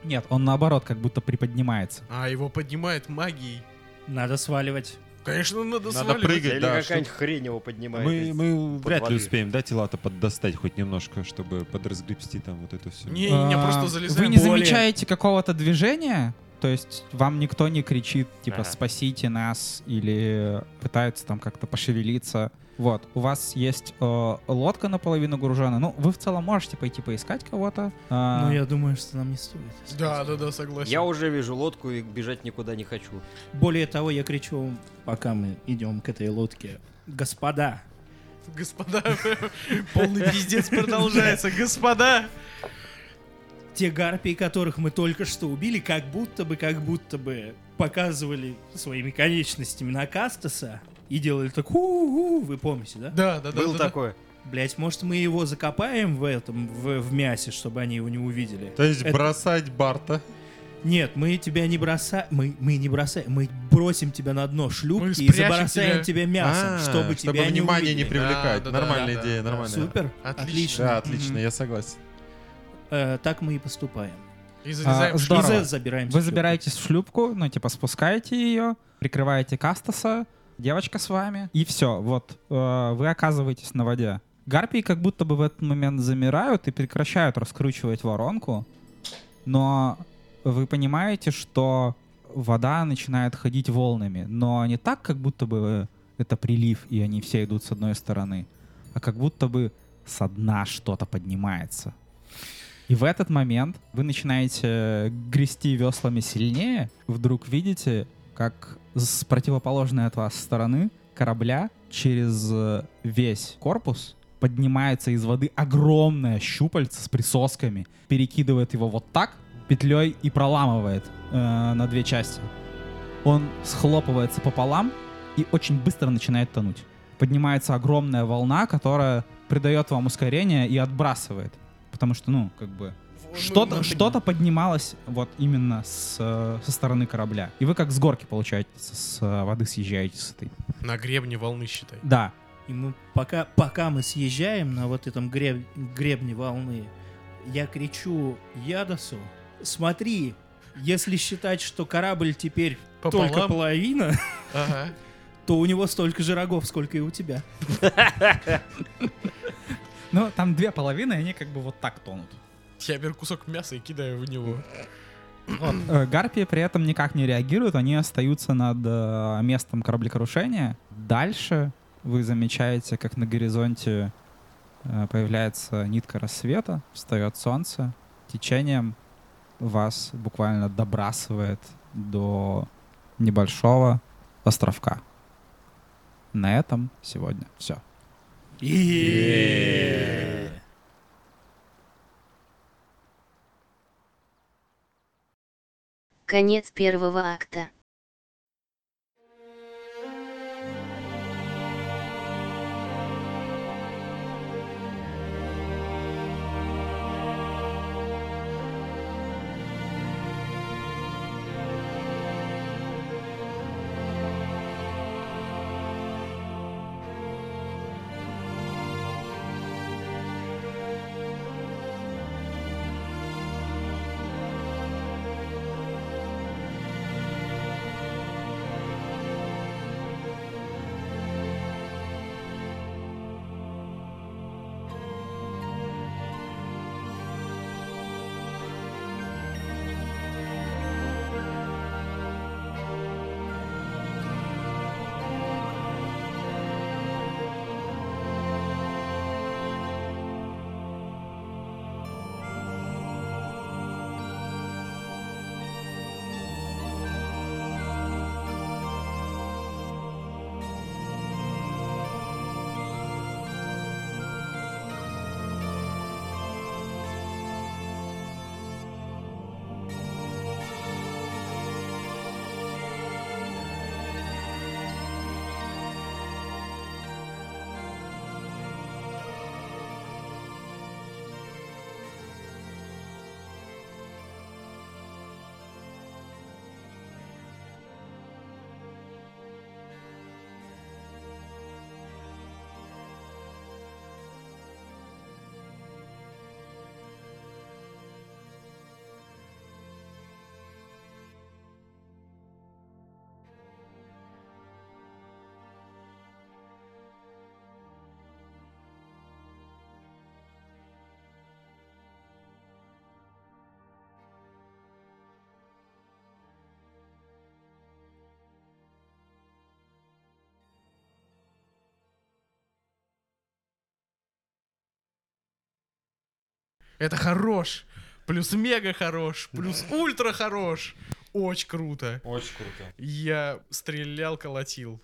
[SPEAKER 2] Нет, он наоборот как будто приподнимается.
[SPEAKER 3] А его поднимает магией.
[SPEAKER 6] Надо сваливать.
[SPEAKER 3] Конечно, надо,
[SPEAKER 4] Надо
[SPEAKER 3] сваливать.
[SPEAKER 4] прыгать.
[SPEAKER 5] Или
[SPEAKER 4] да,
[SPEAKER 5] какая-нибудь хрень его поднимает.
[SPEAKER 4] Мы,
[SPEAKER 5] из-
[SPEAKER 4] мы
[SPEAKER 5] под
[SPEAKER 4] вряд ли
[SPEAKER 5] воды.
[SPEAKER 4] успеем, да, тела-то поддостать хоть немножко, чтобы подразгребсти там вот это все.
[SPEAKER 3] Не, не, не,
[SPEAKER 2] А,
[SPEAKER 3] просто залезаем.
[SPEAKER 2] Вы не
[SPEAKER 6] Более.
[SPEAKER 2] замечаете какого-то движения? То есть вам никто не кричит, типа,
[SPEAKER 5] Ага.
[SPEAKER 2] спасите нас, или пытаются там как-то пошевелиться. Вот, у вас есть э, лодка наполовину гружена. Ну, вы в целом можете пойти поискать кого-то.
[SPEAKER 3] Ну,
[SPEAKER 2] А,
[SPEAKER 6] Но Ну, я думаю, что нам не стоит.
[SPEAKER 3] Да, да, да, согласен.
[SPEAKER 5] Я уже вижу лодку и бежать никуда не хочу.
[SPEAKER 6] Более того, я кричу, вам, пока мы идем к этой лодке. Господа,
[SPEAKER 3] Господа, полный пиздец продолжается, господа.
[SPEAKER 6] те гарпии, которых мы только что убили, как будто бы, как будто бы показывали своими конечностями на Кастаса и делали так «Ху-ху», вы помните, да?
[SPEAKER 3] Да, да, да.
[SPEAKER 5] Был
[SPEAKER 3] да, да.
[SPEAKER 5] такое.
[SPEAKER 6] Блять, может мы его закопаем в этом, в, в мясе, чтобы они его не увидели?
[SPEAKER 4] То есть
[SPEAKER 6] Это-
[SPEAKER 4] бросать Барта.
[SPEAKER 6] Нет, мы тебя не бросаем, мы, мы не бросаем, мы бросим тебя на дно
[SPEAKER 3] Мы
[SPEAKER 6] шлюпки и
[SPEAKER 3] спрячем
[SPEAKER 6] забросаем тебя, мясом,
[SPEAKER 4] А,
[SPEAKER 6] чтобы, тебя не
[SPEAKER 4] внимание не
[SPEAKER 6] увидели.
[SPEAKER 4] привлекать.
[SPEAKER 3] Да, да, да,
[SPEAKER 4] нормальная
[SPEAKER 3] да,
[SPEAKER 4] идея,
[SPEAKER 3] да.
[SPEAKER 4] нормальная.
[SPEAKER 6] Супер,
[SPEAKER 3] Отлично.
[SPEAKER 6] отлично.
[SPEAKER 4] Да, отлично, я согласен.
[SPEAKER 6] Э, так мы и поступаем.
[SPEAKER 3] И залезаем
[SPEAKER 2] А,
[SPEAKER 3] в шлюпку.
[SPEAKER 2] Здорово.
[SPEAKER 6] И за- забираем.
[SPEAKER 2] Вы
[SPEAKER 6] всё.
[SPEAKER 2] забираетесь в шлюпку, ну, типа, спускаете ее, прикрываете Кастаса, девочка с вами, и все, вот, э, вы оказываетесь на воде. Гарпии как будто бы в этот момент замирают и прекращают раскручивать воронку, но вы понимаете, что вода начинает ходить волнами, но не так, как будто бы это прилив, и они все идут с одной стороны, а как будто бы со дна что-то поднимается. И в этот момент вы начинаете грести веслами сильнее, вдруг видите, как с противоположной от вас стороны корабля через э, весь корпус поднимается из воды огромное щупальце с присосками, перекидывает его вот так петлей и проламывает э, на две части. Он схлопывается пополам и очень быстро начинает тонуть. Поднимается огромная волна, которая придает вам ускорение и отбрасывает. Потому что, ну, как бы... Что-то что поднималось вот именно с, э, со стороны корабля. И вы как с горки, получаете, с, с, э, воды съезжаете с этой.
[SPEAKER 3] На гребне волны, считай.
[SPEAKER 2] Да.
[SPEAKER 6] И мы пока, пока мы съезжаем на вот этом греб- гребне волны, я кричу Ядосу, смотри, если считать, что корабль теперь только
[SPEAKER 3] Пополам.
[SPEAKER 6] половина,
[SPEAKER 3] Ага.
[SPEAKER 6] то у него столько же рогов, сколько и у тебя.
[SPEAKER 2] Ну, там две половины, и они как бы вот так тонут.
[SPEAKER 3] Я беру кусок мяса и кидаю в него.
[SPEAKER 2] Э, Гарпии при этом никак не реагируют, они остаются над э, местом кораблекрушения. Дальше вы замечаете, как на горизонте э, появляется нитка рассвета, встает солнце, течением вас буквально добрасывает до небольшого островка. На этом сегодня все.
[SPEAKER 7] Конец первого акта.
[SPEAKER 3] Это хорош. Плюс мега хорош. Плюс ультра хорош. Очень круто.
[SPEAKER 5] Очень круто.
[SPEAKER 3] Я стрелял, колотил.